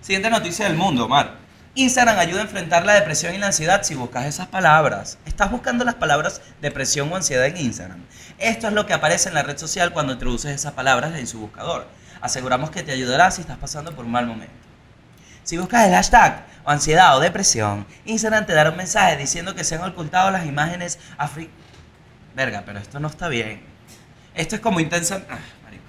Siguiente noticia del mundo, Omar. Instagram ayuda a enfrentar la depresión y la ansiedad si buscas esas palabras. Estás buscando las palabras depresión o ansiedad en Instagram. Esto es lo que aparece en la red social cuando introduces esas palabras en su buscador. Aseguramos que te ayudará si estás pasando por un mal momento. Si buscas el hashtag o ansiedad o depresión, Instagram te dará un mensaje diciendo que se han ocultado las imágenes afri... Verga, pero esto no está bien. Esto es como intensa... Ah, marico.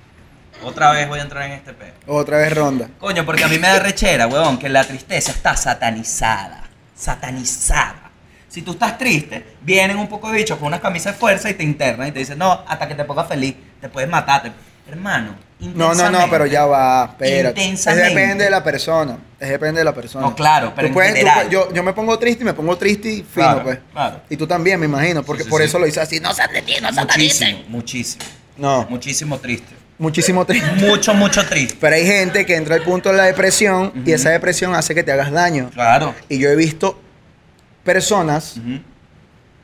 Otra vez voy a entrar en este pedo.
Otra vez ronda.
Coño, porque a mí me da rechera, huevón, que la tristeza está satanizada. Satanizada. Si tú estás triste, vienen un poco de bichos con unas camisas de fuerza y te internan y te dicen, no, hasta que te pongas feliz, te puedes matar. te- Hermano,
No, no, no, pero ya va, espérate. Es
Intensamente.
depende de la persona. Es depende de la persona.
No, claro, pero en
puedes-
general.
puedes- yo, yo me pongo triste y me pongo triste y fino,
Claro,
pues.
claro.
Y tú también, me imagino, porque
sí,
por
sí.
eso lo hice así. No, sean de ti, no, sean de ti.
Muchísimo, muchísimo.
no
Muchísimo triste.
muchísimo triste.
Mucho, mucho triste.
Pero hay gente que entra al punto de la depresión y esa depresión hace que te hagas daño.
Claro.
Y yo he visto personas
Ujú.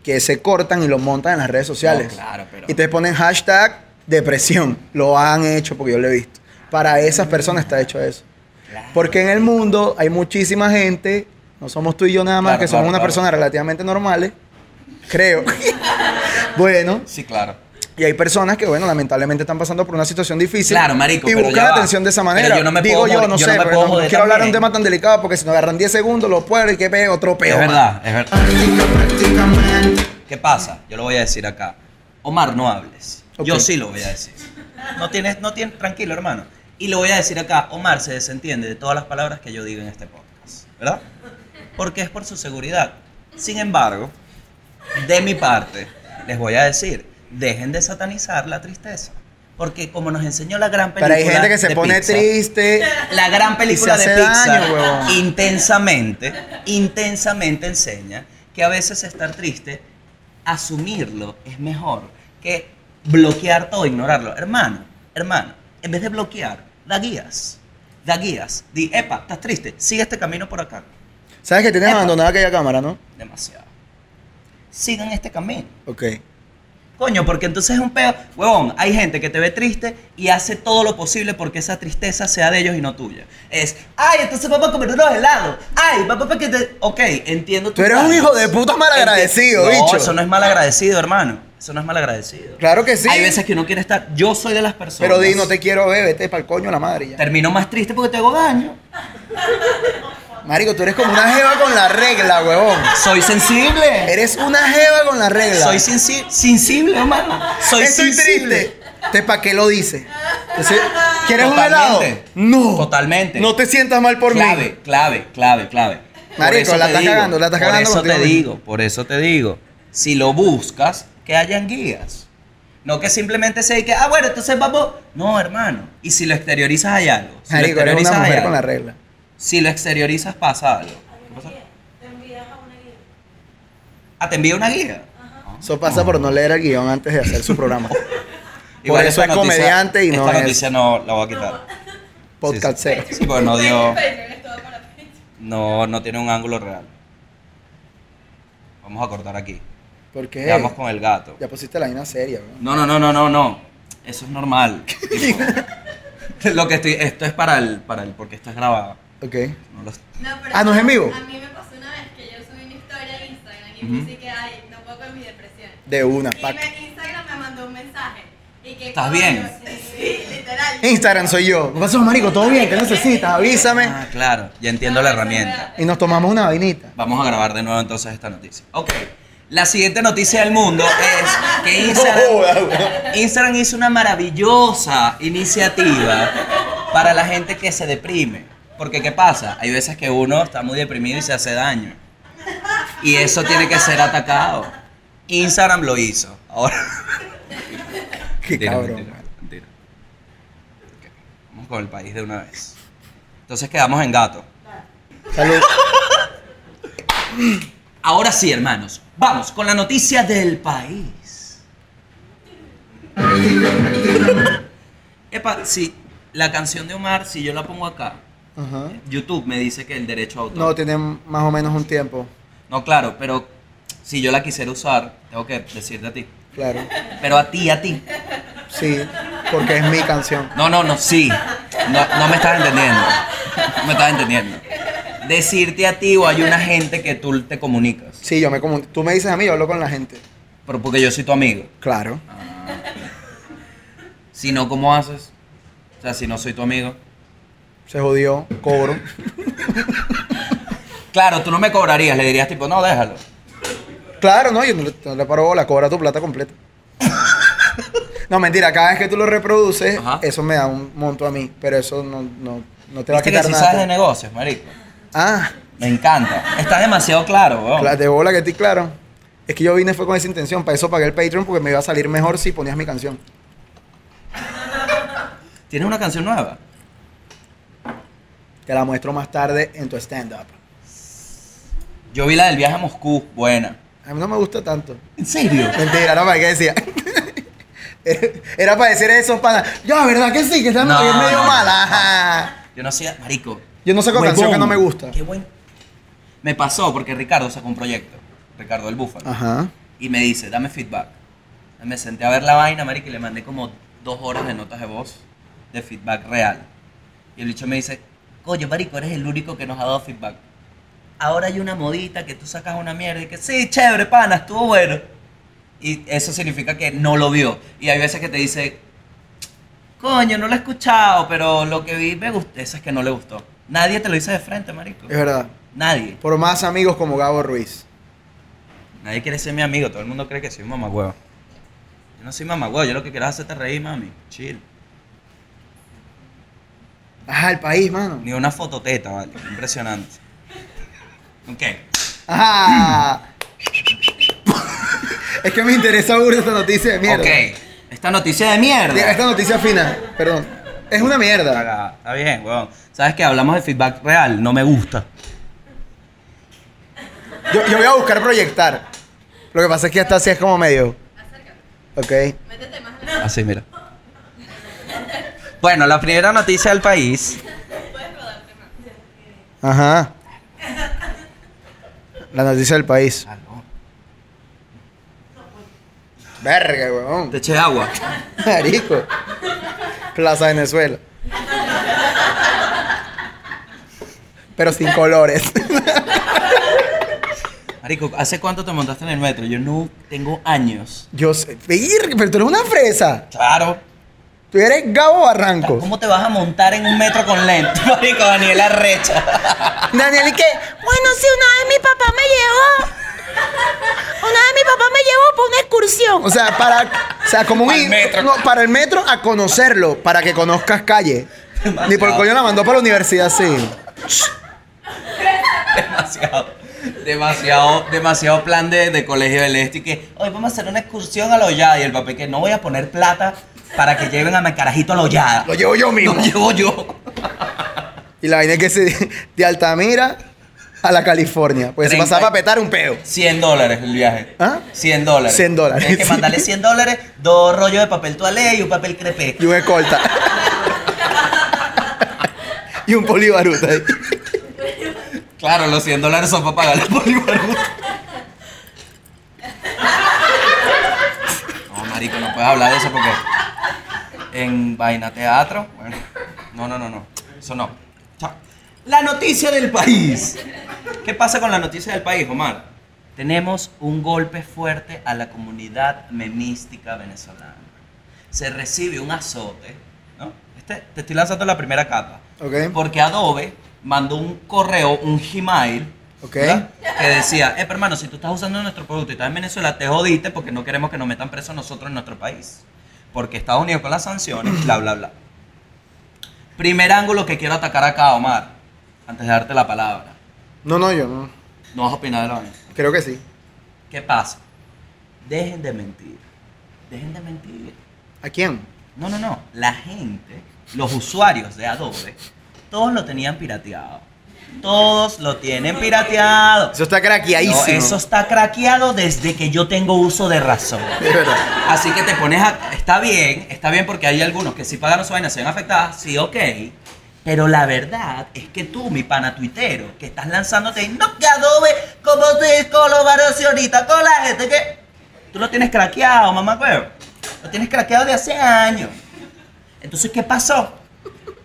que se cortan y lo montan en las redes sociales.
No, claro, pero-
Y te ponen hashtag depresión. Lo han hecho porque yo lo he visto. Para esas personas está hecho eso.
Claro.
Porque en el mundo hay muchísima gente, no somos tú y yo nada más,
Claro,
que somos
claro,
una
claro.
persona relativamente normales, creo. bueno,
Sí, claro.
y hay personas que, bueno, lamentablemente están pasando por una situación difícil.
Claro, marico,
Y
pero ya
buscan la
va.
atención de esa
Pero
manera.
yo no me
Digo
puedo
yo,
joder-
no
yo
sé,
no me
porque
puedo
no
joder
quiero hablar de un
también.
tema tan delicado porque si nos agarran 10 segundos, lo puedo y que peo, otro peo.
Es
man.
verdad, es verdad. ¿Qué pasa? Yo lo voy a decir acá. Omar, no hables. Yo
Ok.
sí lo voy a decir. No tienes, no tienes, tranquilo, hermano. Y lo voy a decir acá. Omar se desentiende de todas las palabras que yo digo en este podcast, ¿verdad? Porque es por su seguridad. Sin embargo, de mi parte, les voy a decir, dejen de satanizar la tristeza. Porque como nos enseñó la gran película
Pero hay gente que se
de
pone
Pixar,
triste.
la gran película
Y se
de
hace
Pixar
daño, huevón.
intensamente, intensamente enseña que a veces estar triste, asumirlo es mejor que bloquear todo, ignorarlo. Hermano, hermano, en vez de bloquear, da guías. Da guías. Di, epa, estás triste, sigue este camino por acá.
¿Sabes que tienes
Epa.
abandonada aquella cámara, no?
Demasiado. Sigan este camino.
Ok.
Coño, porque entonces es un pedo. Huevón, hay gente que te ve triste y hace todo lo posible porque esa tristeza sea de ellos y no tuya. Es, ay, entonces vamos a comer unos helados. Ay, papá, para que te. Ok, entiendo.
Tú eres un hijo de puta malagradecido,
agradecido,
bicho.
No, eso no es mal agradecido, hermano. Eso no es mal agradecido.
Claro que sí.
Hay veces que uno quiere estar. Yo soy de las personas.
Pero di, no te quiero ver, vete pa'l coño a la madre ya.
Termino más triste porque te hago daño.
Marico, tú eres como una jeva con la regla, huevón.
Soy sensible.
Eres una jeva con la regla.
Soy sensible, sensible, hermano. Soy
Estoy
sensible.
triste. ¿Te para qué lo dices? Entonces, ¿Quieres un helado?
Totalmente.
No.
Totalmente.
No te sientas mal por
clave,
mí.
clave, clave, clave. Por
Marico,
eso
la
te
estás
digo,
cagando, la estás
Por
cagando
eso te
contigo mismo.
digo, por eso te digo. Si lo buscas, que hayan guías. No que simplemente se que, ah, bueno, entonces vamos. No, hermano. Y si lo exteriorizas, hay algo. Si lo
Marico, eres
exteriorizas,
una
hay
mujer
algo.
con la regla.
Si lo exteriorizas, pasa algo. ¿Qué pasa?
Te envías a una guía.
Ah, te envía una guía.
Eso pasa por no leer el guión antes de hacer su programa.
Igual
eso
esta
es comediante y no
Esta
es-
noticia no la voy a quitar.
Podcast
Sí, sí.
cero.
Sí, porque no dio.
Patreon, es todo para Patreon.
No, no tiene un ángulo real. Vamos a cortar aquí.
¿Por qué?
Vamos con el gato.
Ya pusiste la vaina seria, bro.
No, no, no, no, no, no. Eso es normal. Tipo, lo que estoy, esto es para el, para el, porque esto es grabado.
Ok.
No lo-
No, pero
Ah, ¿no es en vivo?
A mí me pasó una vez que yo subí una historia a Instagram y
Ujú.
puse que, ay, no puedo con mi depresión.
De una,
Y
pack.
me- Instagram me mandó un mensaje. Y que,
¿Estás
coño,
bien?
Sí, literal.
Instagram soy yo. ¿Qué pasó, marico? ¿Todo bien? ¿Qué necesitas? Avísame.
Ah, claro. Ya entiendo la herramienta.
Y nos tomamos una vainita.
Vamos a grabar de nuevo entonces esta noticia. Ok. La siguiente noticia del mundo es que
Oh,
Instagram, Instagram hizo una maravillosa iniciativa para la gente que se deprime. Porque, ¿qué pasa? Hay veces que uno está muy deprimido y se hace daño. Y eso tiene que ser atacado. Instagram lo hizo. Ahora.
Qué
Mentira,
cabrón,
mentira,
man.
mentira. Ok, Vamos con el país de una vez. Entonces quedamos en gato.
Salud.
Ahora sí, hermanos, vamos con la noticia del país. Epa, si la canción de Omar, si yo la pongo acá,
Ajá.
YouTube me dice que el derecho a autor.
No, tienen más o menos un tiempo.
No, claro, pero si yo la quisiera usar, tengo que decirte a ti.
Claro.
Pero a ti, a ti.
Sí, porque es mi canción.
No, no, no, sí. No, no me estás entendiendo. No me estás entendiendo. Decirte a ti o hay una gente que tú te comunicas.
Sí, yo me comun- Tú me dices a mí, yo hablo con la gente.
Pero porque yo soy tu amigo.
Claro.
Si no, ¿cómo haces? O sea, si no soy tu amigo.
Se jodió, cobro.
Claro, tú no me cobrarías, le dirías tipo, no, déjalo.
Claro, no, yo no le, no le paro bola, cobra tu plata completa. No, mentira, cada vez que tú lo reproduces,
Ajá.
eso me da un monto a mí, pero eso no, no, no te va a
Viste que
quitar
si sabes de
nada.
negocios, marico.
Ah,
Me encanta. Estás demasiado claro, weón.
la de bola que estoy claro. Es que yo vine fue con esa intención, para eso pagué el Patreon porque me iba a salir mejor si ponías mi canción.
¿Tienes una canción nueva?
Te la muestro más tarde en tu stand-up.
Yo vi la del viaje a Moscú, buena.
A mí no me gusta tanto.
¿En serio?
Mentira, no, para qué decía. Era para decir eso, para. Ya, ¿verdad que sí? Que está
No,
es medio
no,
mala.
Yo no sé, marico.
Yo no saco canción que
Huevón,
no me gusta.
Qué buen. Me pasó porque Ricardo sacó un proyecto, Ricardo el Búfalo,
Ajá.
y me dice, dame feedback. Me senté a ver la vaina, marico, y le mandé como dos horas de notas de voz de feedback real. Y el bicho me dice, coño, marico, eres el único que nos ha dado feedback. Ahora hay una modita que tú sacas una mierda y que, sí, chévere, pana, estuvo bueno. Y eso significa que no lo vio. Y hay veces que te dice, coño, no lo he escuchado, pero lo que vi me gustó. Eso es que no le gustó. Nadie te lo dice de frente, marico.
Es verdad.
Nadie.
Por más amigos como Gabo Ruiz.
Nadie quiere ser mi amigo, todo el mundo cree que soy un mamagüeo. Yo no soy mamagüeo, yo lo que quiero es hacerte reír, mami. Chill.
Ajá, el país, mano.
Ni una fototeta, vale. Impresionante. Ok.
Ajá. es que me interesa burda esta noticia de mierda.
Ok. Esta noticia de mierda.
Esta noticia fina, perdón. Es una mierda.
Cagada. Está bien, weón. Sabes que hablamos de feedback real, no me gusta.
Yo, yo voy a buscar proyectar. Lo que pasa es que hasta así es como medio.
Acércate.
Ok.
Métete más en la...
Así, mira. Bueno, la primera noticia del país.
Puedes rodarte más.
Ajá. La noticia del país. Verga, weón.
Te eché agua.
Marico. Plaza Venezuela. Pero sin colores.
Marico, ¿hace cuánto te montaste en el metro? Yo no tengo años.
Yo sé. Verga, Pero tú eres una fresa.
Claro.
Tú eres Gabo Barranco.
¿Cómo te vas a montar en un metro con lentes? Marico, Daniela Recha.
Daniel, ¿y qué?
Bueno, sí, una vez mi papá me llevó. Una vez mi papá me llevó por una excursión.
O sea, para. O sea, como un.
Para el metro.
no, para el metro a conocerlo, para que conozcas calle. Ni por
Demasiado.
coño la mandó para la universidad, sí.
Demasiado. Demasiado, demasiado plan de, de colegio del este y que hoy vamos a hacer una excursión a la hollada y el papel que no voy a poner plata para que lleven a mi carajito a la hollada.
Lo llevo yo mismo.
Lo llevo yo.
Y la vaina es que se. De Altamira a la California. Pues se
Treinta
pasaba
y-
a petar un pedo.
100 dólares el viaje.
¿Ah?
100 dólares.
100 dólares,
Tienes que
sí.
mandarle 100 dólares, dos rollos de papel toalé y un papel crepé.
Y un escolta. y un polibaruta. ahí.
Claro, los 100 dólares son para pagarle por No, marico, no puedes hablar de eso porque en vaina teatro, bueno, no, no, no, no, eso no. Chao. La noticia del país. ¿Qué pasa con la noticia del país, Omar? Tenemos un golpe fuerte a la comunidad memística venezolana. Se recibe un azote, ¿no? Este, te estoy lanzando la primera capa.
Ok.
Porque Adobe mandó un correo, un Gmail,
Ok.
¿verdad? que decía, eh, pero hermano, si tú estás usando nuestro producto y estás en Venezuela, te jodiste porque no queremos que nos metan presos nosotros en nuestro país. Porque Estados Unidos con las sanciones, bla, bla, bla. Primer ángulo que quiero atacar acá, Omar, antes de darte la palabra.
No, no, yo no.
No vas a opinar de la vaina.
Creo que sí.
¿Qué pasa? Dejen de mentir. Dejen de mentir.
¿A quién?
No, no, no. La gente, los usuarios de Adobe, todos lo tenían pirateado. Todos lo tienen pirateado.
Eso está
No,
craqueadísimo.
eso está craqueado desde que yo tengo uso de razón.
Es verdad.
Así que te pones a... Está bien, está bien porque hay algunos que sí pagaron su vaina, se ven afectadas, sí, ok. Pero la verdad es que tú, mi pana tuitero, que estás lanzándote y no que Adobe como se colaboracionista con la gente que... Tú lo tienes craqueado, mamá huevo. Lo tienes craqueado de hace años. Entonces, ¿qué pasó?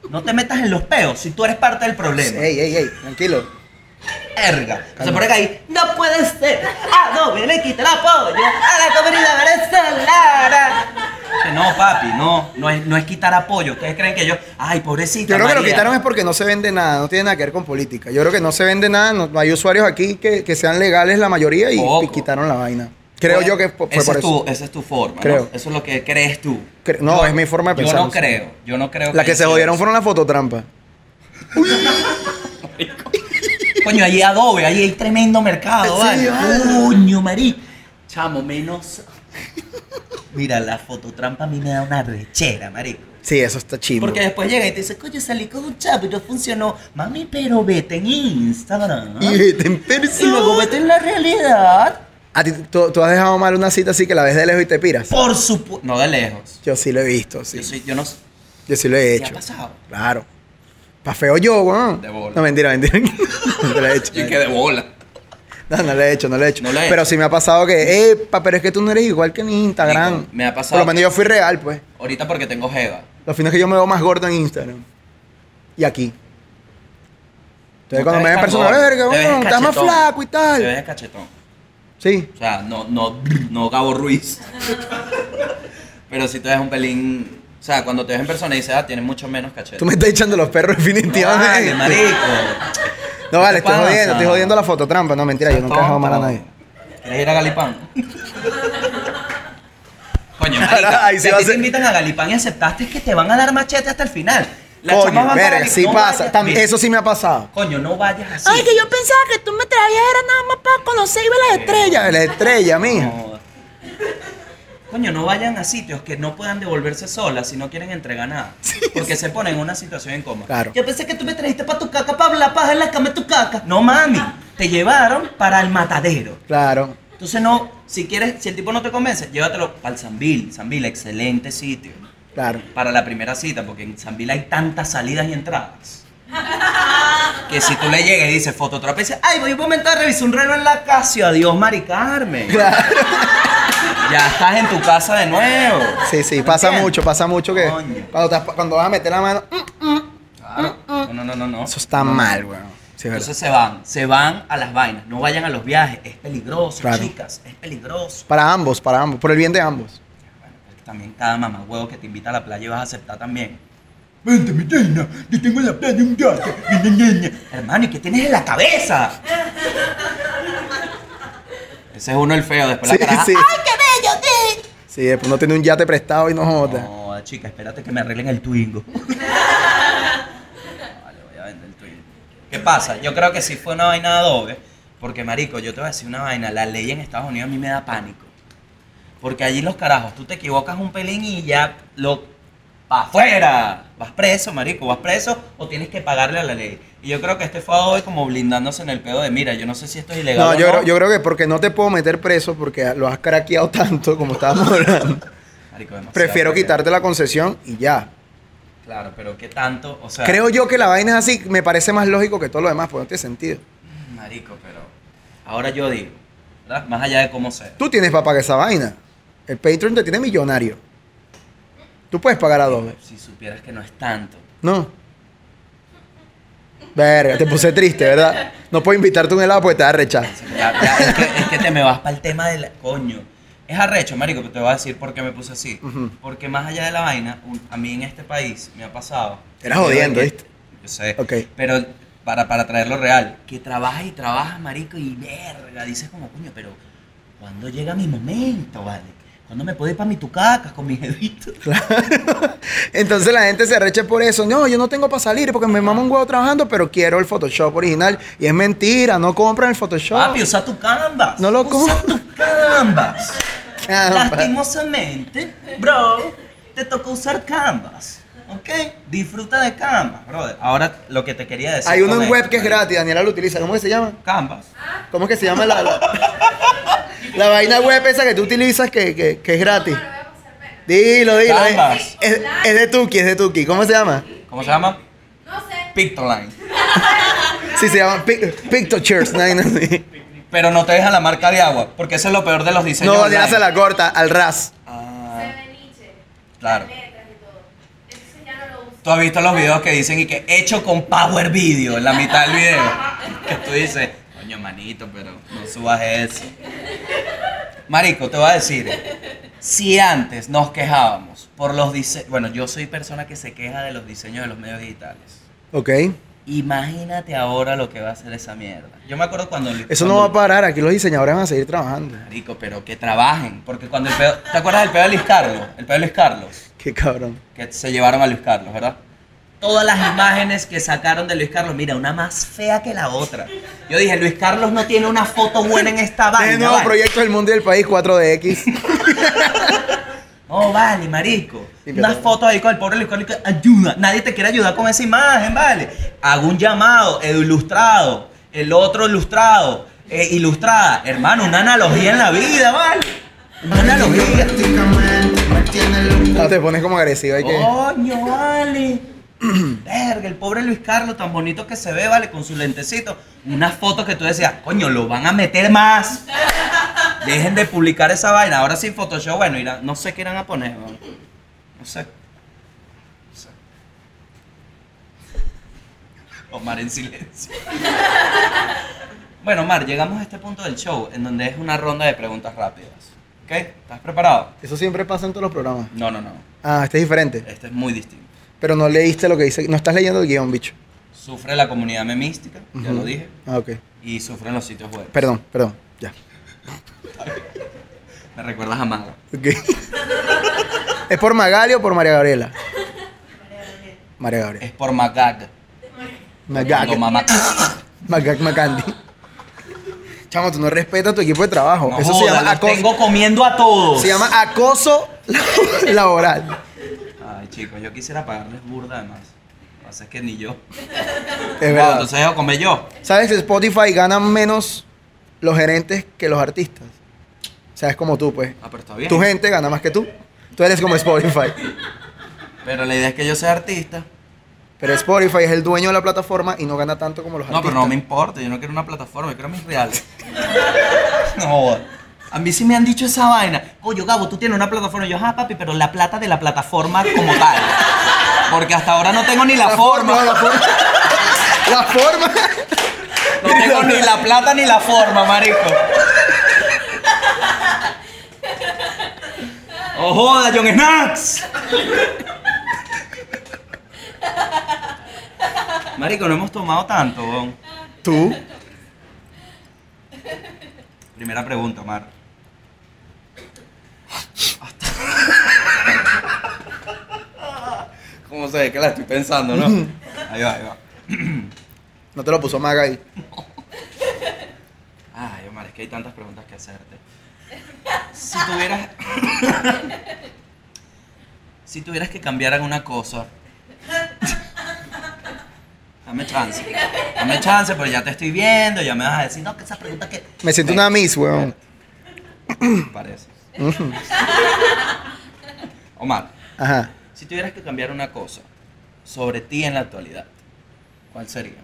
No te metas en los peos si tú eres parte del problema.
Ey, ey, ey, tranquilo.
Erga. Se pone ahí. No puede ser. Adobe le quita el apoyo a la comunidad venezolana. Que No, papi, no. No es, no es quitar apoyo. Ustedes creen que yo. Ay, pobrecita.
Yo creo que lo
María.
quitaron es porque no se vende nada, no tiene nada que ver con política. Yo creo que no se vende nada, no, no hay usuarios aquí que, que sean legales la mayoría y,
Poco.
y quitaron la vaina. Creo
Bueno,
yo que fue, fue
esa
por
es
eso.
Tu, esa es tu forma. ¿no?
Creo.
Eso es lo que crees tú.
Cre- no, es mi forma de pensar,
Yo no
no sé.
creo. Yo no creo
Las que se
hicieron
jodieron
eso.
fueron las fototrampas.
Coño, allí Adobe, allí hay tremendo mercado,
Sí,
¿vale?
vale.
Coño, marí. Chamo, menos. Mira, la fototrampa a mí me da una rechera, marico.
Sí, eso está chimbo.
Porque después llega y te dice, coño, salí con un chavo y no funcionó. Mami, pero vete en Instagram.
Y vete en
¿ah? Y luego
persona.
vete en la realidad.
A ti, tú, tú has dejado mal una cita así que la ves de lejos y te piras.
Por supuesto. No de lejos.
Yo sí lo he visto, sí.
Yo soy, yo no sé.
Yo sí lo he
¿Te
hecho.
ha pasado?
Claro. Pa' feo yo, weón.
De bola.
No, mentira, mentira. no te la he hecho.
Y que de bola.
No, no le he hecho, no le he hecho.
No la he
pero
hecho.
sí me ha pasado que, epa, pero es que tú no eres igual que en Instagram.
Nico, me ha pasado
Por lo menos
que-
yo fui real, pues.
Ahorita porque tengo jeva.
Lo fino es que yo me veo más gordo en Instagram. Y aquí. Entonces
No
cuando
te ves
me ven en
tan
persona,
gordo,
verga,
te ves
weón, estás más
cachetón,
flaco y
Te ves
tal.
de cachetón.
Sí.
O sea, no, no, no Gabo Ruiz. Pero si te ves un pelín. O sea, cuando te ves en persona y dices, ah, tienes mucho menos cachete.
Tú me estás echando los perros definitivamente.
Vale, marico.
no vale, estoy
pasa?
jodiendo, estoy jodiendo la fototrampa. No, mentira, yo nunca he dejado mal a
Tonto.
nadie.
¿Quieres ir a Galipán? Coño, marica,
Ahí
si
se
a
va
ti
a
te
hacer-
invitan a Galipán y aceptaste es que te van a dar machete hasta el final. Las chamas
Coño,
van para
verga,
Galipán,
sí
no
pasa.
vayas-
tam-
Mira,
Eso sí me ha pasado.
Coño, no vayas así.
Ay, que yo pensaba que tú me traías era nada más para conocer y ver las estrellas.
Estrella, la estrella, mija.
No. Coño, no vayan a sitios que no puedan devolverse solas si no quieren entregar nada. porque se ponen en una situación incómoda.
Claro.
Yo pensé que tú me trajiste para tu caca, para hablar paja en la cama de tu caca. No, mami. Te llevaron para el matadero.
Claro.
Entonces, no, si quieres, si el tipo no te convence, llévatelo al Sambil. Sambil, excelente sitio.
Claro.
Para la primera cita, porque en Sambil hay tantas salidas y entradas. Que si tú le llegas y dices fototrapa y dices, ay, voy un momento a revisar un reloj en la casa y adiós, Mari Carmen.
Claro.
Ya estás en tu casa de nuevo.
Sí, sí, pasa
¿Entiendes?
mucho, pasa mucho que
Coño.
cuando, estás- cuando vas a meter la mano, mm,
Claro. No, no, no, no.
eso está mal, weón. Sí, es verdad.
Entonces se van, se van a las vainas, no vayan a los viajes, es peligroso,
Claro.
chicas, es peligroso.
Para ambos, para ambos, por el bien de ambos.
Bueno, porque también cada mamá huevo que te invita a la playa vas a aceptar también. Vente, mi reina, yo tengo la playa un gato, mi niña. Hermano, ¿y qué tienes en la cabeza? Ese es uno el feo, después
Sí,
la caraja.
sí.
¡Ay, qué bello! sí.
Sí, después no tiene un yate prestado y no joda.
No, chica, espérate que me arreglen el Twingo. vale, voy a vender el Twingo. ¿Qué pasa? Yo creo que sí fue una vaina de adobe, porque marico, yo te voy a decir una vaina, la ley en Estados Unidos a mí me da pánico. Porque allí los carajos, tú te equivocas un pelín y ya lo pa' afuera. Vas preso, marico, vas preso o tienes que pagarle a la ley. Y yo creo que este fue adobe como blindándose en el pedo de, mira, yo no sé si esto es ilegal
No,
o
yo,
no".
creo, yo creo que porque no te puedo meter preso porque lo has craqueado tanto como estábamos hablando.
Marico, demasiado
Prefiero
craqueado.
quitarte la concesión y ya.
Claro, pero qué tanto, o sea,
Creo yo que la vaina es así, me parece más lógico que todo lo demás, pues no tiene sentido.
Marico, pero ahora yo digo, ¿verdad? Más allá de cómo sea.
Tú tienes para pagar esa vaina. El Patreon te tiene millonario. Tú puedes pagar a dos.
Si supieras que no es tanto.
No. Verga, te puse triste, ¿verdad? No puedo invitarte a un helado porque te da rechazo.
Ya, ya, es, que, es que te me vas para el tema del coño. Es arrecho, marico, pero te voy a decir por qué me puse así.
Ujú.
Porque más allá de la vaina, un- a mí en este país me ha pasado.
Eras
Yo de
jodiendo,
que-
¿viste?
Yo sé.
Ok.
Pero para, para traerlo real, que trabajas y trabajas, marico, y verga, dices como, coño, pero ¿cuándo llega mi momento, vale? ¿Cuándo me puedo ir para mi tucacas con mi jevito?
Entonces la gente se arrecha por eso. No, yo no tengo para salir porque me mama un huevo trabajando, pero quiero el Photoshop original. Y es mentira, no compran el Photoshop.
Papi, usa tu canvas.
No lo Ah,
Usa
compro.
tu canvas.
Canvas.
Lastimosamente, bro, te tocó usar canvas. ¿Ok? Disfruta de canvas, brother. Ahora lo que te quería decir.
pues. Hay uno
con
en
esto,
web que es
marico.
gratis, Daniela lo utiliza. ¿Cómo que se llama?
Canvas.
¿Cómo es que se llama la, la, la vaina web esa que tú utilizas que, que- que es gratis? Dilo, dilo. eh.
Canvas.
Es, es de Tuki, es de Tuki. ¿Cómo se llama?
¿Cómo se llama?
No sé.
Pictoline.
Sí, se llama Pic- Pictochairs. No, no, sí.
Pero no te deja la marca de agua, porque eso es lo peor de los diseños.
No,
online.
Daniela se la corta al ras.
Ah,
Se ve Nietzsche.
Claro.
Las letras y todo. Entonces ya no lo uso.
Tú has visto los videos que dicen y que hecho con Power Video en la mitad del video. Que tú dices, coño manito, pero no subas eso. Marico, te voy a decir, si antes nos quejábamos por los diseños, bueno, yo soy persona que se queja de los diseños de los medios digitales.
Ok.
Imagínate ahora lo que va a hacer esa mierda. Yo me acuerdo cuando...
Eso no va a parar. Aquí los diseñadores van a seguir trabajando.
Marico, pero que trabajen, porque cuando el pedo... ¿Te acuerdas del pedo de Luis Carlos? El pedo de Luis Carlos.
Qué cabrón.
que se llevaron a Luis Carlos, ¿verdad? Todas las imágenes que sacaron de Luis Carlos, mira, una más fea que la otra. Yo dije, Luis Carlos no tiene una foto buena en esta
Este Es
vaina.
el nuevo
vale.
proyecto del mundo y del país 4DX.
No, vale, marico.
Sí,
Unas
pero-
fotos ahí con el pobre Luis Carlos que ayuda. Nadie te quiere ayudar con esa imagen, vale. Hago un llamado, el ilustrado, el otro ilustrado, eh, ilustrada. Hermano, una analogía en la vida, vale. Una analogía. Oh.
Ah, te pones como agresivo. Hay que...
Coño, vale. verga, el pobre Luis Carlos, tan bonito que se ve, vale, con su lentecito. Unas fotos que tú decías, coño, lo van a meter más. Dejen de publicar esa vaina. Ahora sí, Photoshop, bueno, irán- no sé qué irán a poner, weón. No sé. No sé. Omar en silencio. Bueno, Omar, llegamos a este punto del show en donde es una ronda de preguntas rápidas. ¿Ok? ¿Estás preparado?
Eso siempre pasa en todos los programas.
No, no, no.
Ah, este es diferente.
Este es muy distinto.
Pero no leíste lo que dice. No estás leyendo el guión, bicho.
Sufre la comunidad memística, ya
Ujú.
lo dije,
Ah, ok.
y sufren los sitios web.
Perdón, perdón. Ya.
Me recuerdas a Mago.
Ok. ¿Es por Magali o por María Gabriela? María Gabriela.
Es por Magag. Cuando
Magag.
mamá.
Magag Macandi. Chamo, tú no respetas tu equipo de trabajo.
No
Eso se
joda,
llama
los
acoso.
tengo comiendo a todos.
Se llama acoso laboral.
Ay, chicos, yo quisiera pagarles burda además. Lo que pasa es que ni yo.
Es
Bueno,
verdad.
entonces dejo comer yo.
¿Sabes que Spotify gana menos los gerentes que los artistas? O sea, es como tú, pues.
Ah, pero está bien.
Tu gente gana más que tú. Tú eres como Spotify.
Pero la idea es que yo sea artista.
Pero Spotify es el dueño de la plataforma y no gana tanto como los
No,
artistas.
pero no me importa, yo no quiero una plataforma, yo quiero mis reales. no joda. A mí sí me han dicho esa vaina. Coño, Gabo, tú tienes una plataforma. Y yo, ah, papi, pero la plata de la plataforma como tal. Porque hasta ahora no tengo ni la, forma.
La forma. La forma.
No tengo ni la plata ni la forma, marico. ¡Oh, joda, John Snacks! Marico, no hemos tomado tanto, weón.
Tú.
Primera pregunta, Mar. ¿Cómo se ve que la estoy pensando, no? Ahí va, ahí va.
No te lo puso Maga ahí.
Ay, Omar, es que hay tantas preguntas que hacerte. Si tuvieras. si tuvieras que cambiar alguna cosa. Dame chance. Dame chance, pero ya te estoy viendo, ya me vas a decir, no, que esa pregunta que.
Me siento una miss, weón.
Parece. Omar,
Ajá.
si tuvieras que cambiar una cosa sobre ti en la actualidad, ¿cuál sería?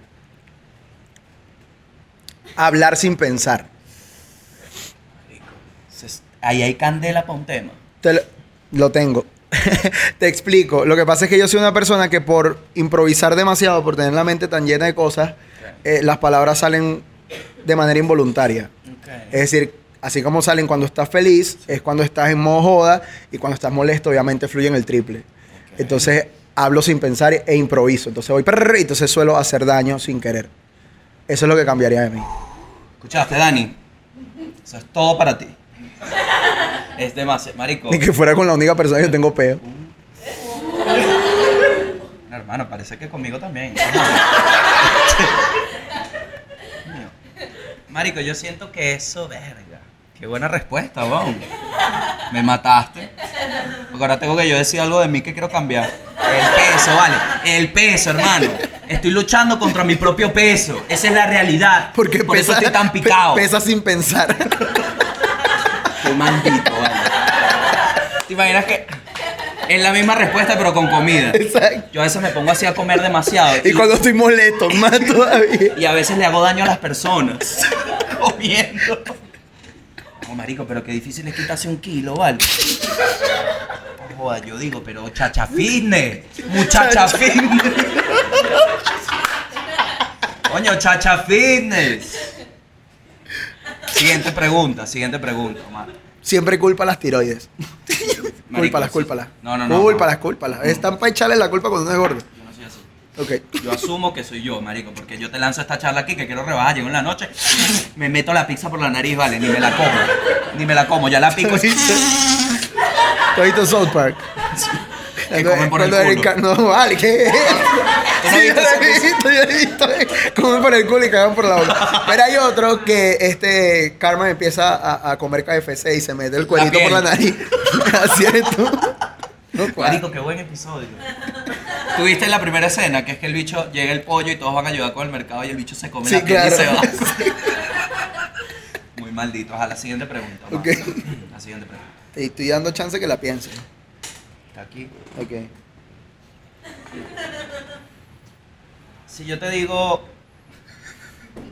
Hablar sin pensar.
Se- Ahí hay candela para un tema.
Te lo, lo tengo. Te explico. Lo que pasa es que yo soy una persona que por improvisar demasiado, por tener la mente tan llena de cosas, eh, las palabras salen de manera involuntaria. Es decir, así como salen cuando estás feliz, es cuando estás en modo joda y cuando estás molesto, obviamente fluyen el triple. Entonces hablo sin pensar e improviso. Entonces voy prrr, y entonces suelo hacer daño sin querer. Eso es lo que cambiaría de mí.
¿Escuchaste, Dani? Eso es todo para ti. Es demasiado, marico.
Ni que fuera con la única persona que tengo peo.
No, hermano, parece que conmigo también. Mío. marico, yo siento que eso, verga. Qué buena respuesta, wow. Me mataste. Porque ahora tengo que yo decir algo de mí que quiero cambiar. El peso, vale. El peso, hermano. Estoy luchando contra mi propio peso. Esa es la realidad.
Porque
Por eso
pesa,
estoy tan
pe-
picado.
pesa sin pensar.
Qué maldito, vale. ¿Te imaginas que es la misma respuesta pero con comida?
Exacto.
Yo a veces me pongo así a comer demasiado
Y cuando estoy molesto, más todavía.
y a veces le hago daño a las personas comiendo. No, marico, pero qué difícil es quitarse un kilo, ¿vale? No Joda, yo digo, pero chacha fitness, muchacha fitness. Coño, chacha fitness. Siguiente pregunta, siguiente pregunta, Omar.
Siempre culpa a las tiroides.
Marico,
Cúlpalas,
sí.
cúlpalas.
No, no, no.
Cúlpalas,
no.
cúlpalas. Están para echarle la culpa cuando uno es gordo.
Yo no soy así.
Ok.
Yo asumo que soy yo, marico, porque yo te lanzo esta charla aquí que quiero rebajar, llego en la noche, me meto la pizza por la nariz, vale, ni me la como, ni me la como, ya la pico.
¿Tú has visto South Park?
Que comen por el
Cuando
culo.
Eric- No, vale, ¿qué es?
¿Tú no
Sí,
viste
yo lo he
ese
visto, yo lo he visto. eh. Comen por el culo y cagan por la boca. Pero hay otro que este Carmen empieza a, a comer KFC y se mete el cuerito por
piel.
la nariz. Así eres tú. No, cuadra.
Marico, qué buen episodio. Tuviste la primera escena, que es que el bicho llega el pollo y todos van a ayudar con el mercado y el bicho se come
Sí,
la piel y se
claro.
va. Muy maldito. A la siguiente pregunta. Omar.
Ok.
La siguiente pregunta.
Te estoy dando chance que la pienses.
Está aquí.
Ok.
Si yo te digo.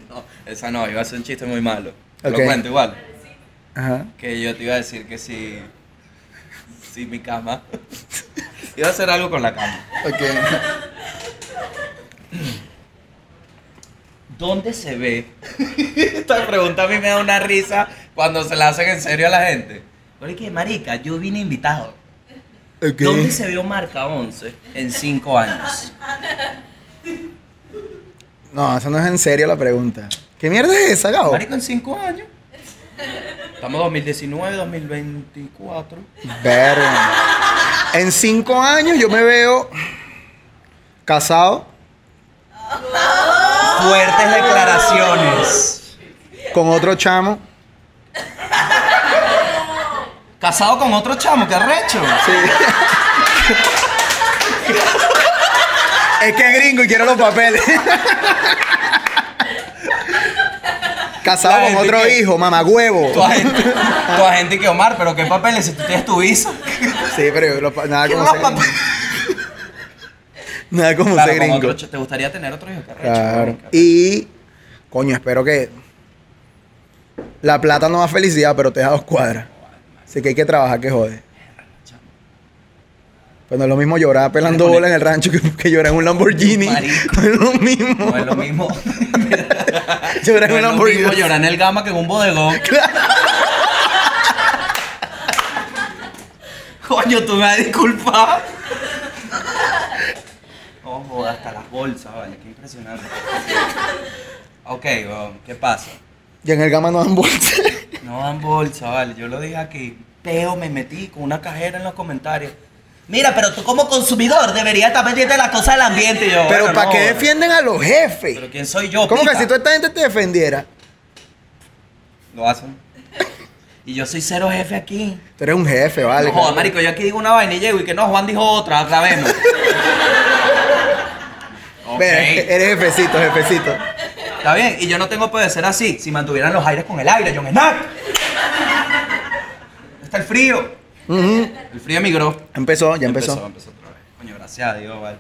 No, esa no, iba a ser un chiste muy malo.
Ok.
Lo cuento igual.
Ajá.
Que yo te iba a decir que si. Si mi cama. iba a hacer algo con la cama.
Ok.
¿Dónde se ve? Esta pregunta a mí me da una risa cuando se la hacen en serio a la gente. Porque, que, marica, yo vine invitado.
Ok.
¿Dónde se vio marca 11 en 5 años?
No, esa no es en serio la pregunta. ¿Qué mierda es esa, Gabo?
Marico, en 5 años. Estamos 2019, 2024.
Verga. En cinco años yo me veo casado
Fuertes declaraciones.
con otro chamo.
Casado con otro chamo, qué arrecho.
Sí. es que es gringo y quiero los papeles. casado
Claro,
con
es
otro
que-
hijo, mamá huevo.
Tu agente, tu agente que Omar, pero qué papeles, si tú tienes tu visa.
Sí, pero yo lo pa- nada
¿Quién
como
los
ser gringo.
papeles?
Nada como
Claro,
ser
con otro
gringo.
ch- ¿Te gustaría tener otro hijo? Qué arrecho,
Claro.
marica.
Y, coño, espero que la plata no da felicidad, pero te da dos cuadras. Así que hay que trabajar, que jode. Pues no es lo mismo llorar pelando
Pone-
bola en el rancho que, que llorar en un Lamborghini.
Marico.
No es lo mismo.
No es lo mismo. No
Llorar en
es
un
lo mismo
Lamborghini.
llorar en el gama que en un bodegón. Coño, tú me vas a disculpar. Ojo, hasta las bolsas, vale, qué impresionante. Ok, weón, ¿qué pasa?
Y en el gama no dan bolsa.
No dan bolsa, vale, yo lo dije aquí. Peo me metí con una cajera en los comentarios. Mira, pero tú como consumidor deberías estar pendiente de las cosas del ambiente. Y Yo,
Pero
bueno,
¿para
no,
qué
vale.
defienden a los jefes?
Pero quién soy yo,
¿Cómo que
pica?
si toda esta gente te defendiera?
Lo hacen. Y yo soy cero jefe aquí.
Tú eres un jefe, vale.
No, joda, marico, yo aquí digo una vaina y llego y que no, Juan dijo otra, sabemos. ok,
Pero eres jefecito, jefecito.
está bien. Y yo no tengo poder ser así. Si mantuvieran los aires con el aire, John Snack. Está el frío.
Ujú.
El frío emigró.
Empezó, ya empezó.
Empezó, otra vez. Coño, gracias a Dios, vale.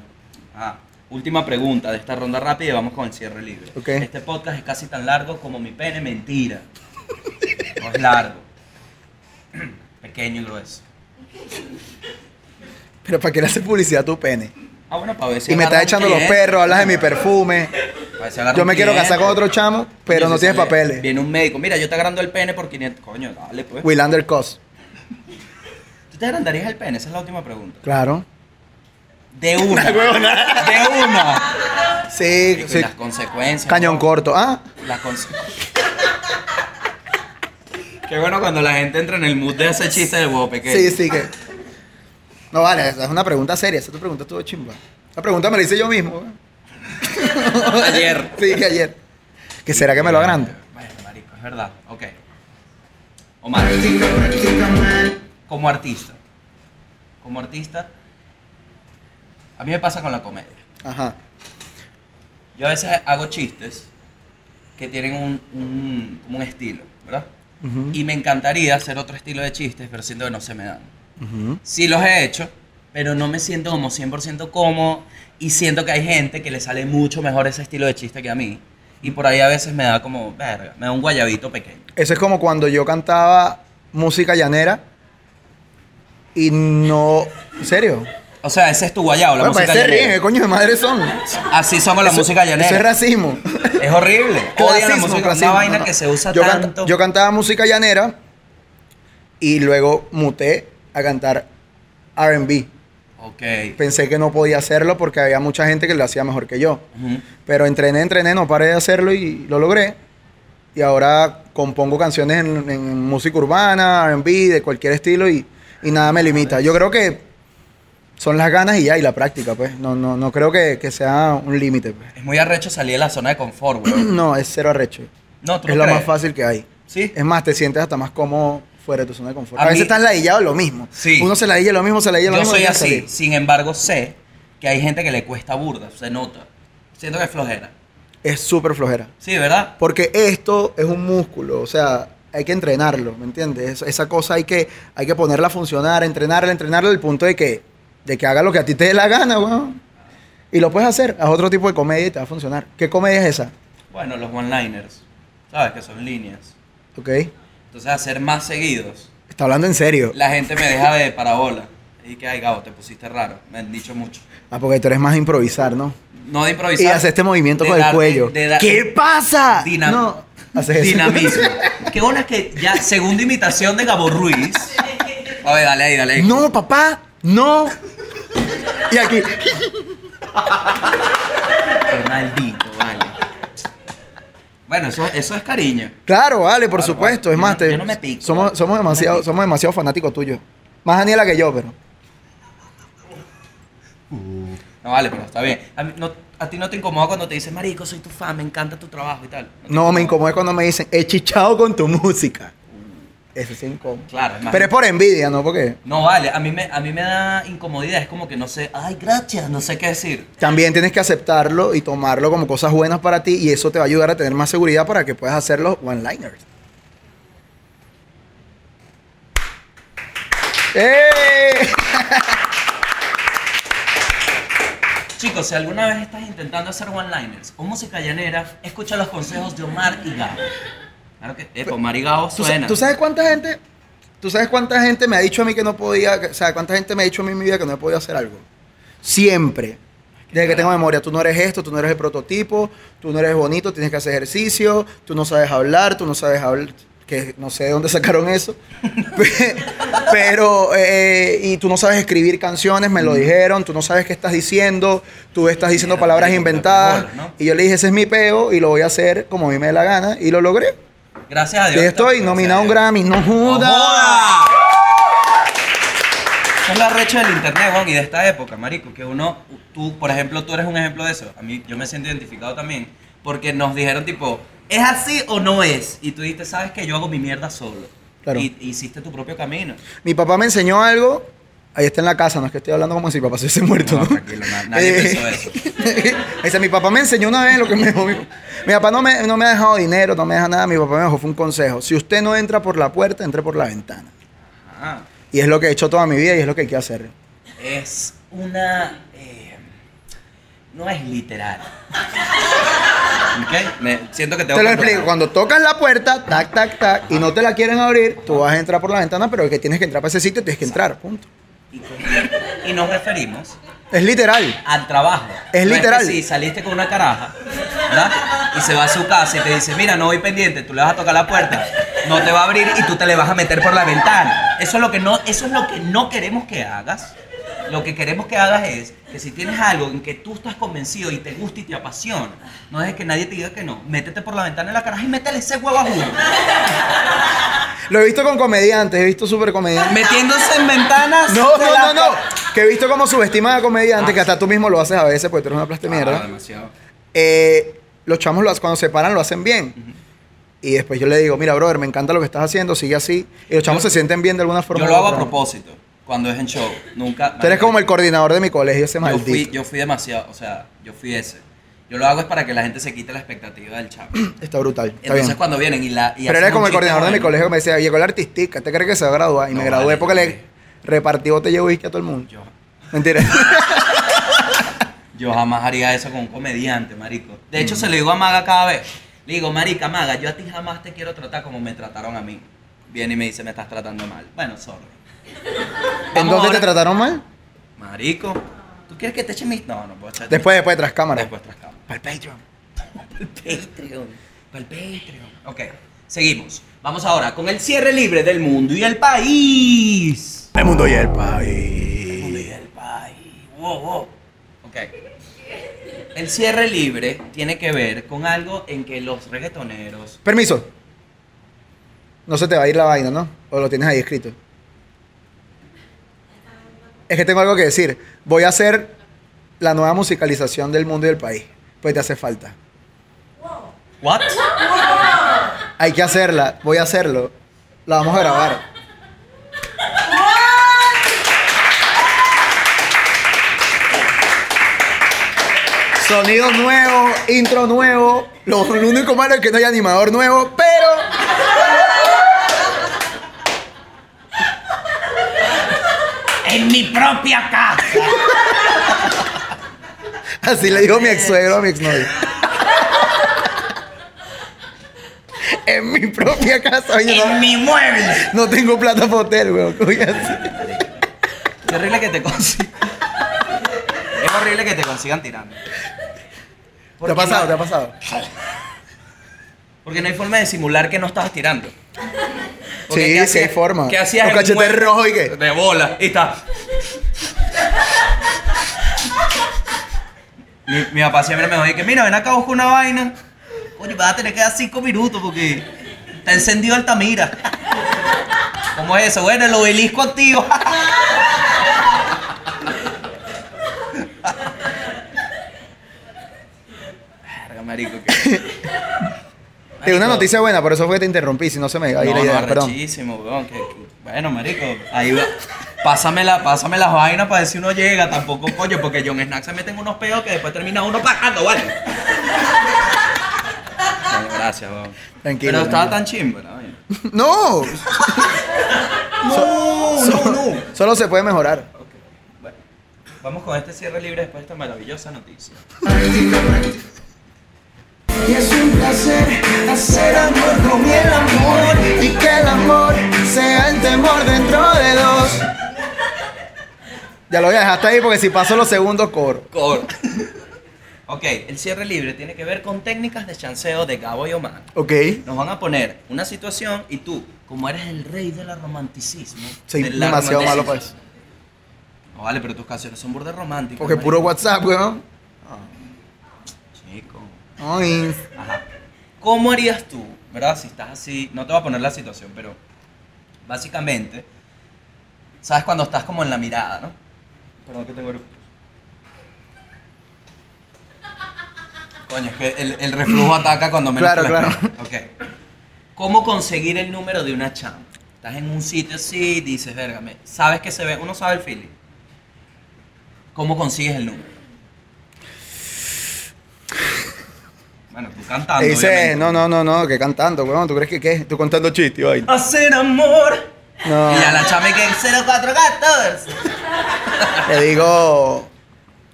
Ah, última pregunta de esta ronda rápida y vamos con el cierre libre.
Ok.
Este podcast es casi tan largo como mi pene, mentira. No es largo. Pequeño y grueso.
Pero ¿para qué le haces publicidad a tu pene?
Ah, bueno, para ver si
Y me
agarra
estás
un
echando los
cliente.
perros, hablas de mi perfume.
Para ver si agarra
Yo
un
me quiero
cliente.
casar con otro chamo, pero
Coño,
no
si
tienes
sale-
papeles.
Viene un médico, mira, yo te agrando el pene por 500. Coño, dale, pues.
Willander Cos.
¿Tú te agrandarías el pene? Esa es la última pregunta.
Claro.
De una. de una.
Sí,
Y
sí.
las consecuencias.
Cañón
¿no?
corto. Ah,
Las consecuencias. Qué bueno cuando la gente entra en el mood de ese chiste de huevo pequeño.
sí, sí que. No vale, esa es una pregunta seria. Esa tu pregunta estuvo chimba. La pregunta me la hice yo mismo. güey.
Ayer.
Sí, que ayer. ¿Que será que me lo agrando?
Bueno, marico, es verdad. Ok. Omar. Como artista. Como artista. A mí me pasa con la comedia.
Ajá.
Yo a veces hago chistes que tienen un, un- como un estilo, ¿verdad?
Ujú.
Y me encantaría hacer otro estilo de chistes, pero siento que no se me dan.
Ujú.
Sí los he hecho, pero no me siento como 100% cómodo y siento que hay gente que le sale mucho mejor ese estilo de chiste que a mí. Y por ahí a veces me da como, verga, me da un guayabito pequeño.
Eso es como cuando yo cantaba música llanera y no. ¿En serio?
O sea, ese es tu guayabo, la
Bueno,
música
para ese ríen,
llanera.
¿qué coño de madre son?
Así somos la
Eso-
música llanera.
Eso es racismo.
Es horrible. Odian la
Clasismo,
música, una
clasismo,
vaina
no,
que
no.
se usa
yo canta-
tanto.
yo cantaba música llanera y luego muté a cantar R&B.
Ok.
Pensé que no podía hacerlo porque había mucha gente que lo hacía mejor que yo.
Ujú.
Pero entrené, entrené, no paré de hacerlo y lo logré. Y ahora compongo canciones en, en música urbana, R&B, de cualquier estilo y, y nada me limita. Yo creo que son las ganas y ya, y la práctica, pues. No, no, no creo que, que sea un límite, pues.
Es muy arrecho salir de la zona de confort, güey.
No, es cero arrecho.
No, tú
Es
no
lo
crees?
más fácil que hay.
Sí.
Es más, te sientes hasta más cómodo fuera de tu zona de confort.
A
A,
mí-
veces estás ladillado de lo mismo.
Sí.
Uno se ladilla lo mismo, se ladilla lo
Yo
mismo. y
soy
ya
así.
salí.
Sin embargo, sé que hay gente que le cuesta burda, se nota. Siento que es flojera.
Es súper flojera.
Sí, ¿verdad?
Porque esto es un músculo, o sea, hay que entrenarlo, ¿me entiendes? Es- esa cosa hay que, hay que ponerla a funcionar, entrenarla, entrenarla al punto de que, de que haga lo que a ti te dé la gana, weón. Y lo puedes hacer, haz otro tipo de comedia y te va a funcionar. ¿Qué comedia es esa?
Bueno, los one-liners, ¿sabes? Que son líneas.
Ok.
Entonces, hacer más seguidos.
Está hablando en serio.
La gente me deja de parabola. Y que, ay, Gabo, te pusiste raro. Me han dicho mucho.
Ah, porque tú eres más improvisar, ¿no?
No de improvisar.
Y haces este movimiento
de
con el
dar-
cuello.
de dar-
¿Qué pasa?
Dinam-
no, haces eso.
Dinamismo. Qué bueno es que ya, segunda imitación de Gabo Ruiz. A ver, dale ahí, dale ahí.
No, papá, no. Y aquí,
Qué maldito, vale. Bueno, eso, eso es cariño.
claro, vale, por
Claro,
supuesto.
vale.
Es más,
Yo no-
te-
yo no me pico,
somos,
vale. Yo
somos
no me
demasiado,
pico.
somos demasiado fanáticos tuyos. Más Daniela que yo, pero.
No vale, pero está bien. A, mí no- a ti no te incomoda cuando te dicen, marico, soy tu fan, me encanta tu trabajo y tal. te
No, me incomoda cuando me dicen, he chichado con tu música. Eso sí incómodo.
Claro, es más-
Pero es por envidia, ¿no? Porque
No vale, a mí, me, a mí me da incomodidad, es como que no sé, ay, gracias, no sé qué decir.
también tienes que aceptarlo y tomarlo como cosas buenas para ti y eso te va a ayudar a tener más seguridad para que puedas hacer los one-liners. ¡Eh!
Chicos, si alguna vez estás intentando hacer one-liners o música llanera, escucha los consejos de Omar y Gabo. Claro que, eh, Omar y Gabo
¿Tú, sa-
suena.
tú sabes cuánta gente? ¿Tú sabes cuánta gente me ha dicho a mí que no podía, que- o sea, cuánta gente me ha dicho a mí en mi vida que no he podido hacer algo? Siempre. Desde que tengo memoria, tú no eres esto, tú no eres el prototipo, tú no eres bonito, tienes que hacer ejercicio, tú no sabes hablar, tú no sabes hablar, que no sé de dónde sacaron eso. Pe- Pero, eh, y tú no sabes escribir canciones, me lo dijeron, tú no sabes qué estás diciendo, tú estás diciendo
Mierda,
palabras
marico, te
inventadas.
bolas, ¿no?
Y yo le dije, ese es mi peo y lo voy a hacer como a mí me dé la gana, y lo logré.
Gracias a Dios.
Yo estoy
Gracias
nominado a un
Dios.
Grammy, no joda.
¡No joda! Eso es la recha del internet, Juan, y de esta época, marico, que uno, tú, por ejemplo, tú eres un ejemplo de eso. A mí, yo me siento identificado también, porque nos dijeron tipo, ¿es así o no es? Y tú dijiste, sabes que yo hago mi mierda solo.
Claro.
Y hiciste tu propio camino.
Mi papá me enseñó algo. Ahí está en la casa, no es que estoy hablando como si mi papá se hubiese muerto.
No,
¿no? Eh,
tranquilo, na- nadie pensó eso.
Dice, mi papá me enseñó una vez lo que me dejó. Mi, mi papá no me, no me ha dejado dinero, no me deja nada. Mi papá me dejó fue un consejo. Si usted no entra por la puerta, entre por la ventana.
Ah,
Y es lo que he hecho toda mi vida y es lo que hay que hacer.
es una... eh, no es literal. ¿Ok? Me- siento que tengo
Te lo
que-
explico. Cuando tocas la puerta, tac, tac, tac, y no te la quieren abrir, tú vas a entrar por la ventana, pero el que tienes que entrar para ese sitio, tienes que entrar. Punto.
Y, con- y nos referimos
Es literal.
al trabajo.
Es
No que
literal.
si saliste con una caraja, ¿verdad? Y se va a su casa y te dice, mira, no voy pendiente, tú le vas a tocar la puerta, no te va a abrir y tú te le vas a meter por la ventana. Eso es lo que no, eso es lo que no queremos que hagas. Lo que queremos que hagas es que si tienes algo en que tú estás convencido y te gusta y te apasiona, no dejes que nadie te diga que no. Métete por la ventana de la caraja y métele ese huevo a Julio.
Lo he visto con comediantes, he visto super comediantes.
Metiéndose en ventanas.
No,
de
no, no,
la-
no. Que he visto como subestiman a comediantes, que hasta tú mismo lo haces a veces, porque tú eres una plaste
Ah,
mierda.
demasiado.
Eh, los chamos lo, hac- cuando se paran lo hacen bien. Y después yo le digo, mira, brother, me encanta lo que estás haciendo, sigue así. Y los chamos
Yo-
se sienten bien de alguna forma.
Yo lo hago a
u otra.
propósito, cuando es en show. Nunca.
Tú eres como el coordinador de mi colegio, ese
yo fui,
maldito.
yo fui demasiado, o sea, yo fui ese. Yo lo hago es para que la gente se quite la expectativa del chavo.
Está brutal, está
Entonces
bien.
cuando vienen y la... y
Pero
hacen
eres
un
como el
chiste
coordinador de mi
bueno,
colegio que me decía, llegó el artística, ¿te crees que se va a graduar? Y
No,
me gradué
vale,
porque
vale.
le repartí botella de whisky a todo el mundo.
Yo,
Mentira.
yo jamás haría eso con un comediante, marico. De
Mm.
hecho, se lo digo a Maga cada vez. Le digo, marica, Maga, yo a ti jamás te quiero tratar como me trataron a mí. Viene y me dice, me estás tratando mal. Bueno, sorry.
¿En
Vamos
dónde te
ahora-
trataron mal?
Marico, ¿tú quieres que te eche mi...? No, no puedo echar
Después, después, tras cámara.
Después tras cámara. Para el Patreon. Para el Patreon. Para el Patreon. Ok, seguimos. Vamos ahora con el cierre libre del mundo y el país.
El mundo y el país.
Mundo y el país. Wow, wow. Ok. El cierre libre tiene que ver con algo en que los reggaetoneros.
Permiso. No se te va a ir la vaina, ¿no? O lo tienes ahí escrito. Es que tengo algo que decir. Voy a hacer la nueva musicalización del mundo y del país. Pues te hace falta.
¿What?
Hay que hacerla. Voy a hacerlo. La vamos a grabar. Sonido nuevo, intro nuevo. Lo, lo único malo es que no hay animador nuevo, pero
En mi propia casa.
Así le dijo mi ex suegro a mi exnovio. en mi propia casa. Oye,
En
no,
mi mueble.
no tengo plata para hotel, weón. ¿Cómo voy a hacer?
Es horrible que te consigan. Es horrible que te consigan tirando.
¿Te ha pasado? ¿Te ha pasado?
Porque no hay forma de simular que no estabas tirando.
Sí,
¿qué
sí hay forma.
¿Qué hacías?
Un
en un
cachete
mueble?
rojo y qué.
De bola. Y está. Mi, mi papá siempre me dice que, mira, ven acá, busco una vaina. Oye, vas a tener que dar cinco minutos porque está encendido Altamira. ¿Cómo es eso? Bueno, el obelisco activo. Verga, marico, que...
Tengo una
Marico.
noticia buena, por eso fue que te interrumpí, si no se me iba a ir
No,
la idea,
no,
perdón.
arrechísimo, weón. que- que- bueno, marico, ahí va. Pásame, la, pásame las vainas para ver si uno llega. Tampoco, coño, porque John Snack se meten unos peos que después termina uno pagando, ¿vale? Bueno, gracias, weón.
Tranquilo,
Pero estaba
tranquilo.
tan chimbo, ¿no?
¡No!
No, no, no.
Solo se puede mejorar.
Bueno, vamos con este cierre libre después de esta maravillosa noticia.
Y es un placer hacer amor con el amor y que el amor sea el temor dentro de dos.
Ya lo voy a dejar hasta ahí porque si paso los segundos cobro.
Cor. Ok, el cierre libre tiene que ver con técnicas de chanceo de Gabo y Omar.
Ok.
Nos van a poner una situación y tú, como eres el rey del romanticismo,
Soy
del
demasiado malo
romanticismo-
pues. para eso.
No vale, pero tus canciones son burde románticas.
Porque
marico.
puro WhatsApp, weón.
Chico.
Ay.
Ajá. ¿Cómo harías tú, verdad? Si estás así, no te voy a poner la situación, pero básicamente, sabes cuando estás como en la mirada, ¿no? Perdón que tengo eructos. Coño, es que el, el reflujo ataca cuando menos
Claro,
te lo
claro.
esperas. Ok. ¿Cómo conseguir el número de una chamba? Estás en un sitio así, dices, verga, me- sabes que se ve, uno sabe el feeling. ¿Cómo consigues el número? Bueno, tú cantando.
Te E dice,
Ah, obviamente.
no, no, no, no, que cantando, weón. ¿Tú crees que qué? Tú contando chistes, ay.
Hacer amor.
No.
Y a la chama que 0414.
Le digo,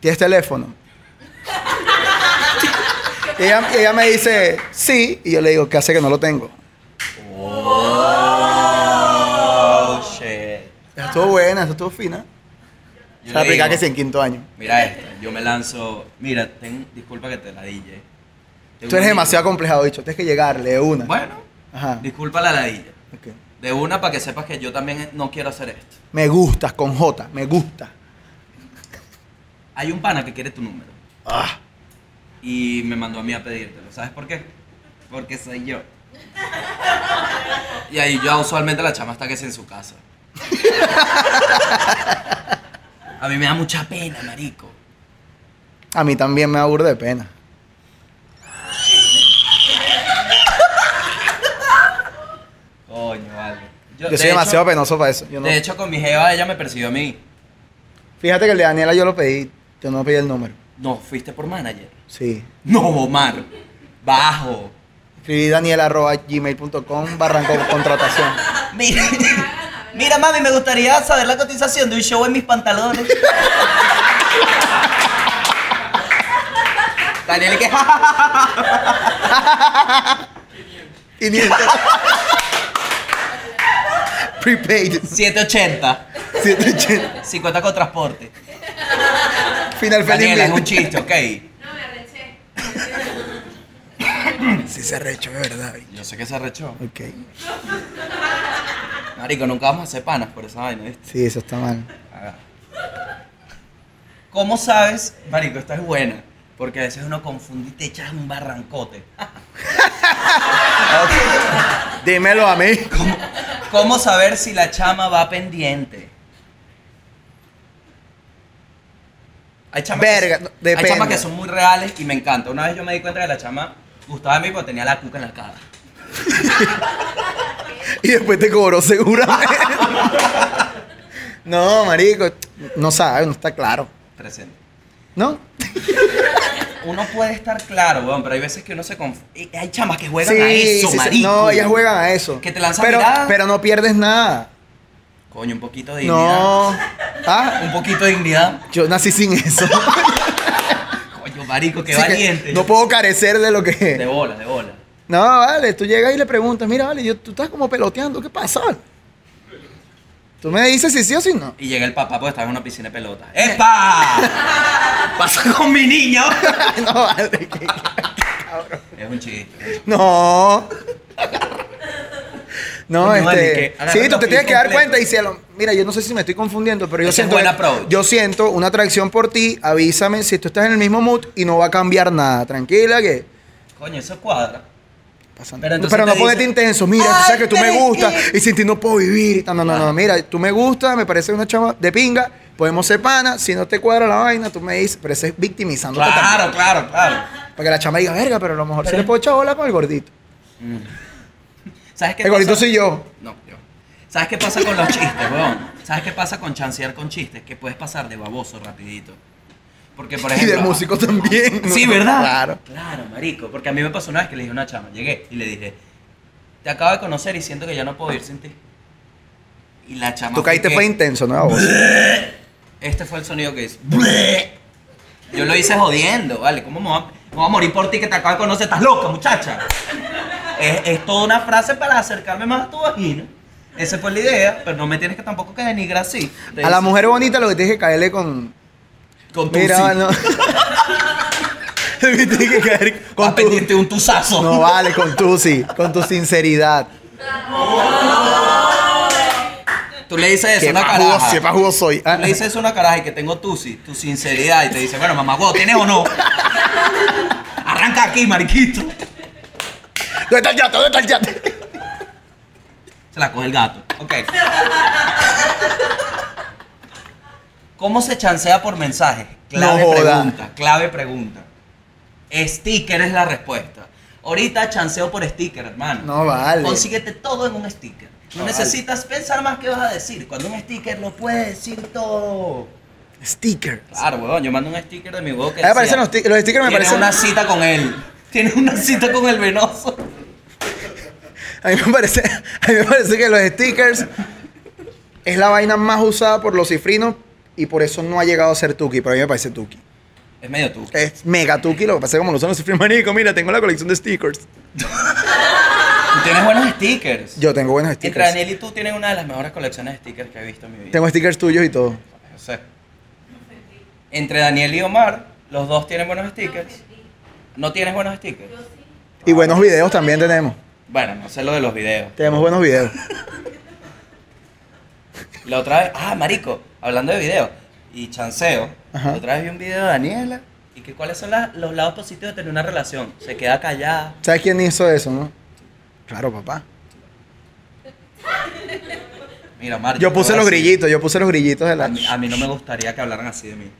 ¿tienes teléfono? Y ella, y ella me dice, sí. Y yo le digo, ¿qué hace que no lo tengo?
Oh, shit.
Esa estuvo buena, esa estuvo fina.
Yo
Se la
le
aplicaba
digo,
que sí en quinto año.
Mira esto, yo me lanzo. Mira, ten, disculpa que te la dije.
Tú eres demasiado complejado, bicho. Tienes que llegarle de una.
Bueno,
Ajá.
disculpa la ladilla.
ok.
De una para que sepas que yo también no quiero hacer esto.
Me gustas con J, me gusta.
Hay un pana que quiere tu número.
Ah.
Y me mandó a mí a pedírtelo. ¿Sabes por qué? Porque soy yo. Y ahí yo usualmente la chama está que es en su casa. A mí me da mucha pena, marico.
A mí también me aburre de pena.
Coño, vale.
Yo soy demasiado penoso para eso. Yo no-
De hecho, con mi jeva ella me persiguió a mí.
Fíjate que el de Daniela yo lo pedí. Yo no pedí el número.
No, fuiste por manager.
Sí.
No, Omar. Bajo.
Escribí daniela.gmail.com barra con- contratación.
Mira, mira, mami, me gustaría saber la cotización de un show en mis pantalones. Daniel, que
500. Prepaid.
780.
780.
50 con transporte.
Final
Daniela, es un chiste,
felizmente.
ok.
No, me arreché.
Sí se recho, de verdad. bicho.
Yo sé que se arrechó.
Ok.
Marico, nunca vamos a hacer panas por esa vaina, ¿viste?
Sí, eso está mal.
Haga. ¿Cómo sabes? Marico, esta es buena. Porque a veces uno confunde y te echas un barrancote.
Dímelo a mí.
¿Cómo, cómo saber si la chama va pendiente? Hay chamas,
Verga, no,
que, hay
depende.
chamas que son muy reales y me encanta. Una vez yo me di cuenta que la chama gustaba a mí porque tenía la cuca en la cara.
Y después te cobró seguramente. No, marico. No sabe, no está claro.
Presente.
¿No?
Uno puede estar claro, weón, pero hay veces que uno se confunde. Hay chamas que juegan
Sí,
a eso,
sí, sí.
marico.
No, ellas juegan a eso.
Que te lanzan
pero,
miradas.
pero no pierdes nada.
Coño, un poquito de dignidad.
No. Ah,
Un poquito de dignidad.
yo nací sin eso.
Coño, Marico, qué
Así que
valiente.
no puedo carecer de lo
De
que.
bola, de bola.
No, vale, tú llegas y le preguntas, mira, vale, yo, tú estás como peloteando, ¿qué pasa? Tú me dices si sí o si no.
Y llega el papá porque estaba en una piscina de pelota. ¡Epa! ¡Pasa con mi niño!
no, vale. que-
es un chiste.
No. No,
Coño,
este.
vale, que agarra
sí, tú
los
te
pies
tienes que dar
completos.
cuenta y cielo. Mira, yo no sé si me estoy confundiendo, pero yo
Ese es
siento.
buen approach.
Yo siento una atracción por ti. Avísame si tú estás en el mismo mood y no va a cambiar nada. Tranquila, que.
Coño, eso cuadra. Pero
pasa nada. Pero,
entonces te
no ponete
dicen-
intenso. Mira, tú sabes que tú me
Ay,
gustas
pero es
y sin ti no puedo vivir. No, no, no, no. Mira, tú me gustas, me parece una chava de pinga. Podemos ser pana. Si no te cuadra la vaina, tú me dices. Pero ese es victimizando.
Claro, claro, claro.
Para que la chama diga, verga, pero a lo mejor se
Pero-
le puede echar bola con el gordito.
Mm. ¿Sabes qué
El gordito
pasa?
soy yo.
No, yo. ¿Sabes qué pasa con los chistes, weón? ¿Sabes qué pasa con chancear con chistes? Que puedes pasar de baboso rapidito. Porque, por
Y
ejemplo...
de músico también. ¿no?
Sí, ¿verdad?
Claro.
Claro, marico. Porque a mí me pasó una vez que le dije a una chama, llegué y le dije, te acabo de conocer y siento que ya no puedo vivir sin ti. Y la chama...
Tú caíste
que-
fue intenso, ¿no? A vos.
Este fue el sonido que hizo. Yo lo hice jodiendo, ¿vale? ¿Cómo me voy a, me voy a morir por ti que te acabo de conocer? ¿Estás loca, muchacha? Es, es toda una frase para acercarme más a tu vagina. Esa fue la idea, pero no me tienes que tampoco que denigrar así.
A la mujer bonita lo que tienes que caerle con.
Con tu
Mira,
sí.
no. tienes que caer
Va
con
a
tu.
pedirte un tuzazo.
No vale, con tu sí, con tu sinceridad.
Tú le dices eso a
Qué
una
pajugo,
caraja.
qué pajugo soy. Ah,
Tú le dices eso a una caraja y que tengo tusi, tu sinceridad. Y te dice, bueno, mamá, huevo, ¿tienes o no? Arranca aquí, mariquito.
¿Dónde está el yate? ¿Dónde está el yate?
Se la coge el gato. Ok. ¿Cómo se chancea por mensaje? Clave
No joda.
pregunta, clave pregunta. Sticker es la respuesta. Ahorita chanceo por sticker, hermano.
No vale.
Consíguete todo en un sticker. No,
No vale.
necesitas pensar más qué vas a decir. Cuando un sticker lo puedes decir todo.
Sticker.
Claro, weón, yo mando un sticker de mi huevo que
A mí me parecen
decía,
los sti- los stickers me
Ah, "Tiene
parecen-
una cita con él. Tienes una cita con el venoso.
A mí me parece, a mí me parece que los stickers es la vaina más usada por los cifrinos y por eso no ha llegado a ser Tuki, pero a mí me parece Tuki.
Es medio tú.
Es mega Tuki, lo que pasa es que como lo usan los cifrinos, marico, mira, tengo la colección de stickers.
Tú tienes buenos stickers.
Yo tengo buenos
Entre
stickers.
Daniel y tú tienes una de las mejores colecciones de stickers que he visto en mi vida.
Tengo stickers tuyos y todo.
O sea, entre Daniel y Omar, los dos tienen buenos stickers. ¿No tienes buenos stickers?
Y buenos videos también tenemos.
Bueno, no sé lo de los videos.
Tenemos buenos videos.
La otra vez, ah, marico, hablando de videos y chanceo,
Ajá.
la otra vez vi un video de Daniela y que cuáles son las- los lados positivos de tener una relación. Se queda callada.
¿Sabes quién hizo eso, no? Claro, papá.
Mira, Omar.
Yo
te voy
puse
a
los
decir,
grillitos, yo puse los grillitos de
A
la...
mí, a mí no me gustaría que hablaran así de mí.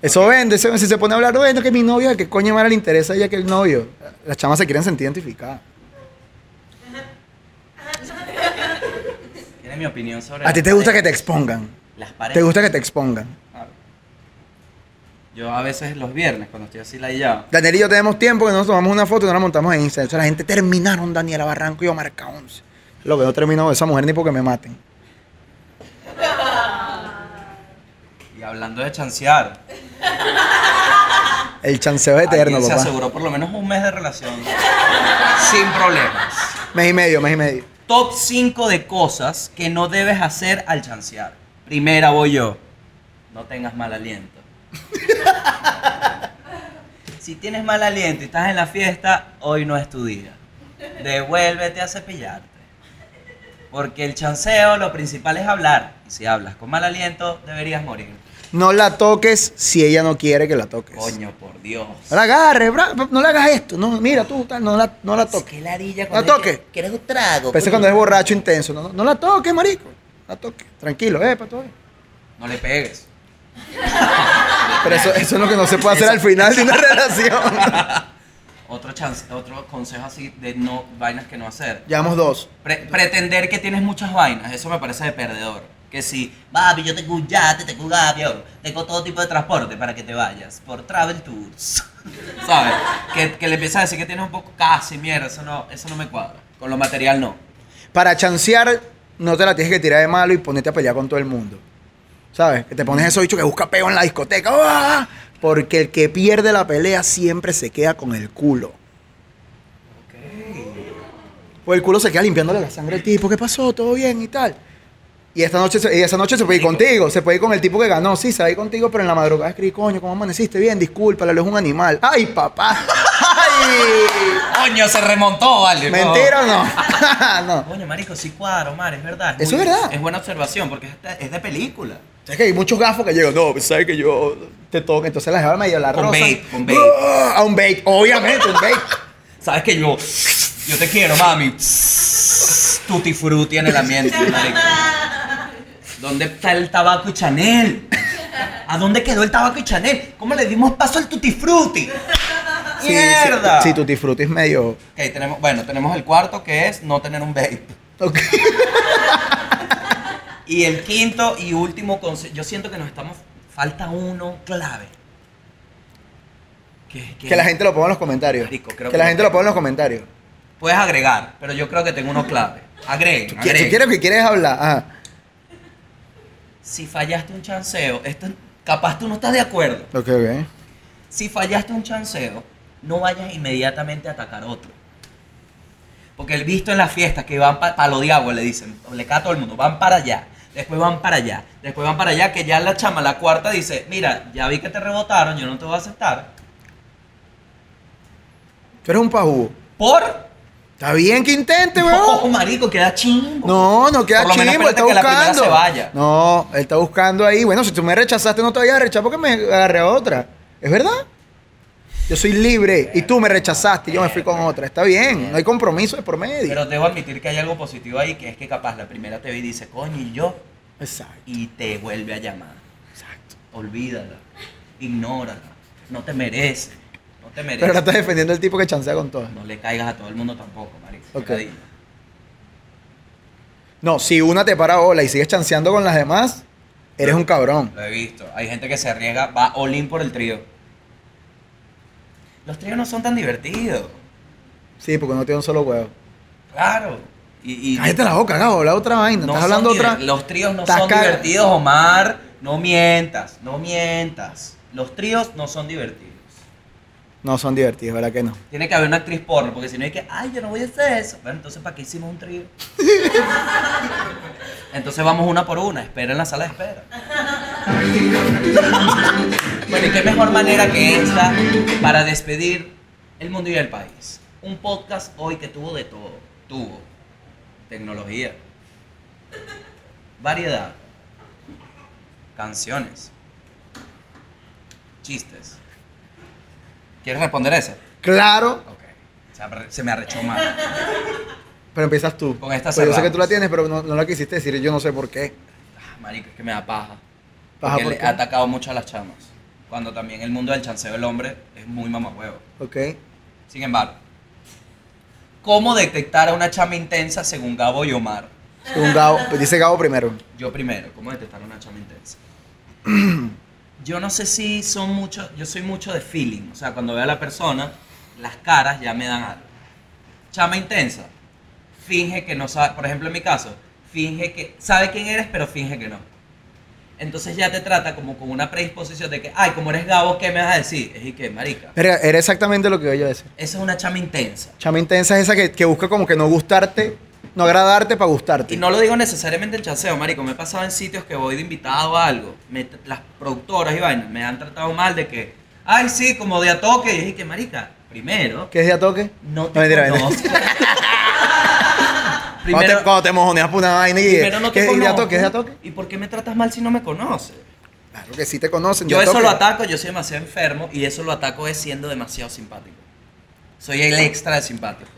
Eso vende, eso vende. si se pone a hablar, bueno, que mi novia, que coño madre le interesa a ella que el novio. Las chamas se quieren sentir identificadas.
Tiene mi opinión sobre.
A ti te gusta que te expongan.
Las paredes.
Te gusta que te expongan.
Yo a veces los viernes, cuando estoy así ladillado,
Daniel y yo tenemos tiempo que no nos tomamos una foto y no la montamos en Instagram. Entonces la gente terminaron Daniela Barranco y yo marca 11. Lo que no termino de esa mujer ni porque me maten.
y hablando de chancear.
El chanceo es eterno,
Alguien se
papá.
aseguró por lo menos un mes de relación sin problemas.
Mes y medio, mes y medio.
Top 5 de cosas que no debes hacer al chancear. Primera voy yo. No tengas mal aliento. Si tienes mal aliento y estás en la fiesta, hoy no es tu día. Devuélvete a cepillarte. Porque el chanceo lo principal es hablar. Y si hablas con mal aliento, deberías morir.
No la toques si ella no quiere que la toques.
Coño, por Dios.
No la agarres, bra- no le hagas esto. No, mira tú, tal, no la, no la toques.
Pues Qué ladilla
No la
cuando-
toques.
¿Quieres un trago?
Parece cuando es borracho intenso. No, no, no la toques, marico. No la toques. Tranquilo, eh, para todo.
No le pegues.
Pero eso, eso es lo que no se puede hacer al final de una relación.
Otro, chance, otro consejo así de no vainas que no hacer.
Llevamos dos.
Pre- pretender que tienes muchas vainas, eso me parece de perdedor. Que si, papi, yo tengo un yate, tengo un avión, tengo todo tipo de transporte para que te vayas, por travel tours. ¿Sabes? Que, que le empiezas a decir que tienes un poco casi, mierda, eso no, eso no me cuadra. Con lo material no.
Para chancear, no te la tienes que tirar de malo y ponerte a pelear con todo el mundo. ¿Sabes? Que te pones eso bicho que busca peo en la discoteca. ¡ah! Porque el que pierde la pelea siempre se queda con el culo. Pues el culo se queda limpiándole la sangre al tipo. ¿Qué pasó? ¿Todo bien? Y tal. Y esta noche, se- y esa noche se puede ir contigo. Se puede ir con el tipo que ganó. Sí, se va a ir contigo, pero en la madrugada escribí, coño, ¿cómo amaneciste? Bien, discúlpalo, es un animal. ¡Ay, papá! ¡Ay!
Coño, se remontó, vale. no.
¿Mentira o no? no.
Coño, marico, sí cuadro, man, es verdad.
Eso
muy-
es verdad.
Es buena observación porque es de, es de película.
Es que hay muchos gafos que llegan, no, sabes que yo te toco, entonces la jeva medio la
Con
rosa.
bait, con bait.
¡Ah! A un bait, obviamente, un bait.
Sabes que yo, yo te quiero, mami. Tutti frutti en el ambiente, marico. ¿Dónde está el tabaco y Chanel? ¿A dónde quedó el tabaco y Chanel? ¿Cómo le dimos paso al tutti frutti?
Sí, sí,
¡Mierda!
Sí, tu disfrutes medio.
Ok, tenemos, bueno, tenemos el cuarto que es no tener un vape.
Ok.
Y el quinto y último consejo, yo siento que nos estamos, falta uno clave. Que,
Que la gente lo ponga en los comentarios.
Marico, creo
que
que
la
no.
gente lo ponga en los comentarios.
Puedes agregar, pero yo creo que tengo uno clave. Agreguen,
Si
agreguen.
quieres que quieres hablar, ajá.
Si fallaste un chanceo, esto, capaz tú no estás de acuerdo.
Ok, ok.
Si fallaste un chanceo, no vayas inmediatamente a atacar otro. Porque el visto en las fiestas que van para lo diablo, le dicen, le cae a todo el mundo, van para allá, después van para allá, después van para allá, que ya la chama, la cuarta, dice, mira, ya vi que te rebotaron, yo no te voy a aceptar.
Tú eres un pajú.
Por...
Está bien que intente,
Oh,
weón.
marico, queda chingo.
No, no queda
Por lo menos
chimbo, él
espérate
está
que la primera
buscando.
se vaya.
No, él está buscando ahí. Bueno, si tú me rechazaste, no te vayas a rechazar porque me agarré a otra. ¿Es verdad? Yo soy libre y tú me rechazaste y yo me fui con otra. Está bien, no hay compromiso de por medio.
Pero debo admitir que hay algo positivo ahí, que es que capaz la primera te ve y dice, coño, y yo,
Exacto.
y te vuelve a llamar. Exacto. Olvídala, ignórala, no te merece, no te merece.
Pero ahora estás defendiendo al tipo que chancea con todas.
No le caigas a todo el mundo tampoco, marico.
Ok.
Pegadilla.
No, si una te para ola y sigues chanceando con las demás, eres un cabrón.
Lo he visto. Hay gente que se arriesga, va all in por el trío. Los tríos no son tan divertidos.
Sí, porque no tiene un solo huevo.
Claro. Y, y
Cállate la boca, cago, habla otra vaina.
no
estás
son
hablando
diver-
otra.
Los tríos no
Estás
son
ca-
divertidos, Omar. No mientas, no mientas. Los tríos no son divertidos.
No son divertidos, ¿verdad que no?
Tiene que haber una actriz porno, porque si no hay que, ay, yo no voy a hacer eso. Bueno, entonces, ¿para qué hicimos un trío? entonces vamos una por una, espera en la sala de espera. bueno, ¿y qué mejor manera que esta para despedir el mundo y el país? Un podcast hoy que tuvo de todo. Tuvo tecnología, variedad, canciones, chistes. ¿Quieres responder esa?
Claro,
Ok. Se, apre- se me arrechó mal.
pero empiezas tú.
Con esta
Pues yo sé que tú la
cerramos.
tienes, pero no, no la quisiste decir, yo no sé por qué.
Ah, Marico, es que me da paja.
Paja,
Porque
¿por
le
qué?
ha atacado mucho a las chamas. Cuando también el mundo del chanceo del hombre es muy mamahuevo.
Ok.
Sin embargo, ¿cómo detectar a una chama intensa según Gabo y Omar?
Un Gabo, pues dice Gabo primero.
Yo primero, ¿cómo detectar a una chama intensa? Yo no sé si son muchos, yo soy mucho de feeling, o sea, cuando veo a la persona, las caras ya me dan algo. Chama intensa, finge que no sabe, por ejemplo en mi caso, finge que sabe quién eres, pero finge que no. Entonces ya te trata como con una predisposición de que, ay, como eres Gabo, ¿qué me vas a decir? Es y que, marica,
Verga, Era exactamente lo que yo iba a decir.
esa es una chama intensa.
Chama intensa es esa que, que busca como que no gustarte, no agradarte para gustarte.
Y no lo digo necesariamente el chanceo, marico. Me he pasado en sitios que voy de invitado a algo. Me t- las productoras y vainas me han tratado mal de que, ay, sí, como de a toque. Y dije que, marica, primero,
¿Qué es de a toque?
no te
mentira, mentira.
conozco.
Cuando te,
primero,
cuando te mojoneas por una vaina y
primero no
¿qué
te
es de a
conozco.
toque? ¿Es de a toque?
¿Y por qué me tratas mal si no me conoces?
Claro que sí te conocen. de
Yo
a
eso
toque.
lo ataco, yo soy demasiado enfermo y eso lo ataco es siendo demasiado simpático. Soy el extra de simpático.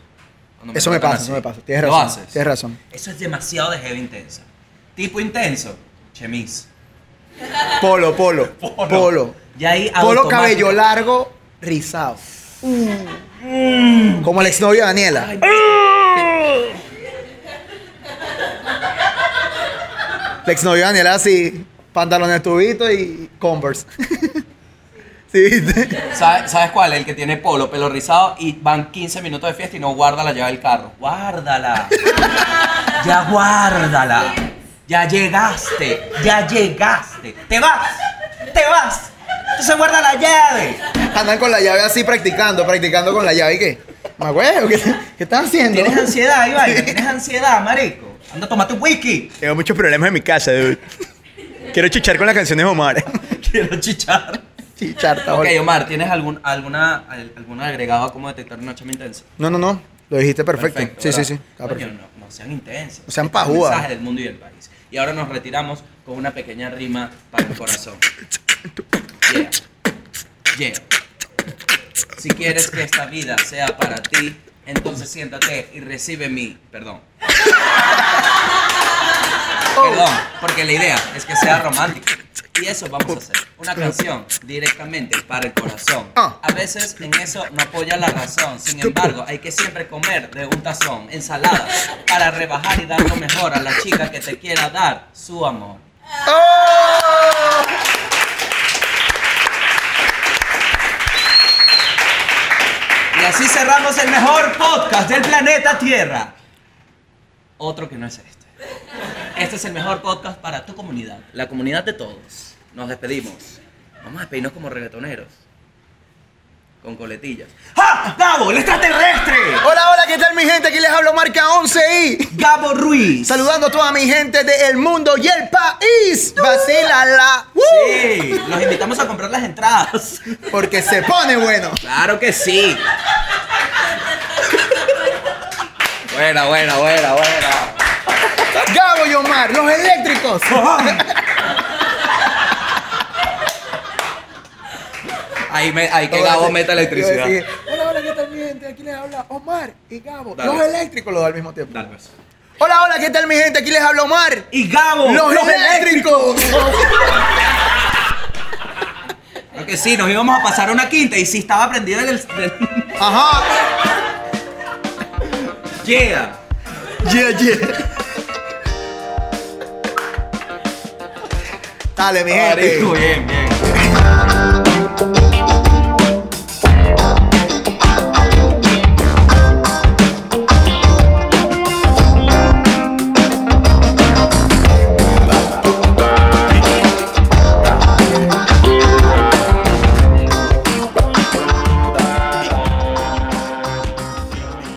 Cuando
Eso me
tratan
pasa,
así.
eso me pasa. Tienes
¿Lo
razón.
haces?
Tienes razón.
Eso es demasiado de heavy intensa. Tipo intenso, chemis.
Polo, polo. Polo. Polo,
Y ahí
cabello
automático-
largo, rizado. Como la exnovia de Daniela.
Ay,
La exnovia de Daniela así, pantalones tubitos y Converse. ¿Sí viste?
¿Sabe- ¿Sabes cuál? El que tiene polo, pelo rizado y van 15 minutos de fiesta y no guarda la llave del carro. Guárdala. ya guárdala. Ya llegaste, ya llegaste. Te vas, te vas. Entonces guarda la llave.
Andan con la llave así practicando, practicando con la llave. ¿Y qué? Ma huevo, ¿qué, qué están haciendo?
Tienes ansiedad, Ibai. Tienes ansiedad, marico. Anda, tomate un whisky.
Tengo muchos problemas en mi casa, dude. Quiero chichar con las canciones de Omar.
Quiero chichar.
chichar, está
Ok,
bueno.
Omar, ¿tienes algún, alguna, al- algún agregado a cómo detectar una chama intensa?
No, no, no. Lo dijiste perfecto. sí,
¿verdad?
sí, sí, Está
Coño,
perfecto.
No, no sean intensos.
No sean
Este es el
pajúa.
mensaje del mundo y del país. Y ahora nos retiramos con una pequeña rima para el corazón. Yeah. Yeah. Si quieres que esta vida sea para ti, entonces siéntate y recibe mi perdón.
Oh.
Perdón, porque la idea es que sea romántico. Y eso vamos a hacer. Una canción directamente para el corazón.
Ah.
A veces en eso no apoya la razón. Sin embargo, hay que siempre comer de un tazón ensalada para rebajar y dar lo mejor a la chica que te quiera dar su amor. Y así cerramos el mejor podcast del planeta Tierra. Otro que no es este. Este es el mejor podcast para tu comunidad, la comunidad de todos. Nos despedimos. Vamos a despedirnos como reggaetoneros. Con coletillas. ¡Ja! ¡Gabo, el extraterrestre!
Hola, hola, ¿qué tal mi gente? Aquí les hablo Marca 11 y
¡Gabo Ruiz!
saludando a toda mi gente de el mundo y el país. Vacílala. ¡Uh!
Sí, los invitamos a comprar las entradas.
Porque se pone bueno.
Claro que sí. Buena, buena, buena, buena.
Gabo y Omar, los eléctricos.
Ahí, me, ahí que Gabo meta electricidad.
Yo decía, Hola, hola, ¿qué tal mi gente? Aquí les habla Omar y Gabo.
Dale.
Los eléctricos los da al mismo tiempo.
Dale, pues.
Hola, hola, ¿qué tal mi gente? Aquí les habla Omar.
Y Gabo,
Los,
los
eléctricos.
Creo que sí, nos íbamos a pasar una quinta y sí estaba prendida en el. del-
Ajá.
Yeah.
Yeah, yeah. Dale, mi gente. é,
Marico, bien, bien.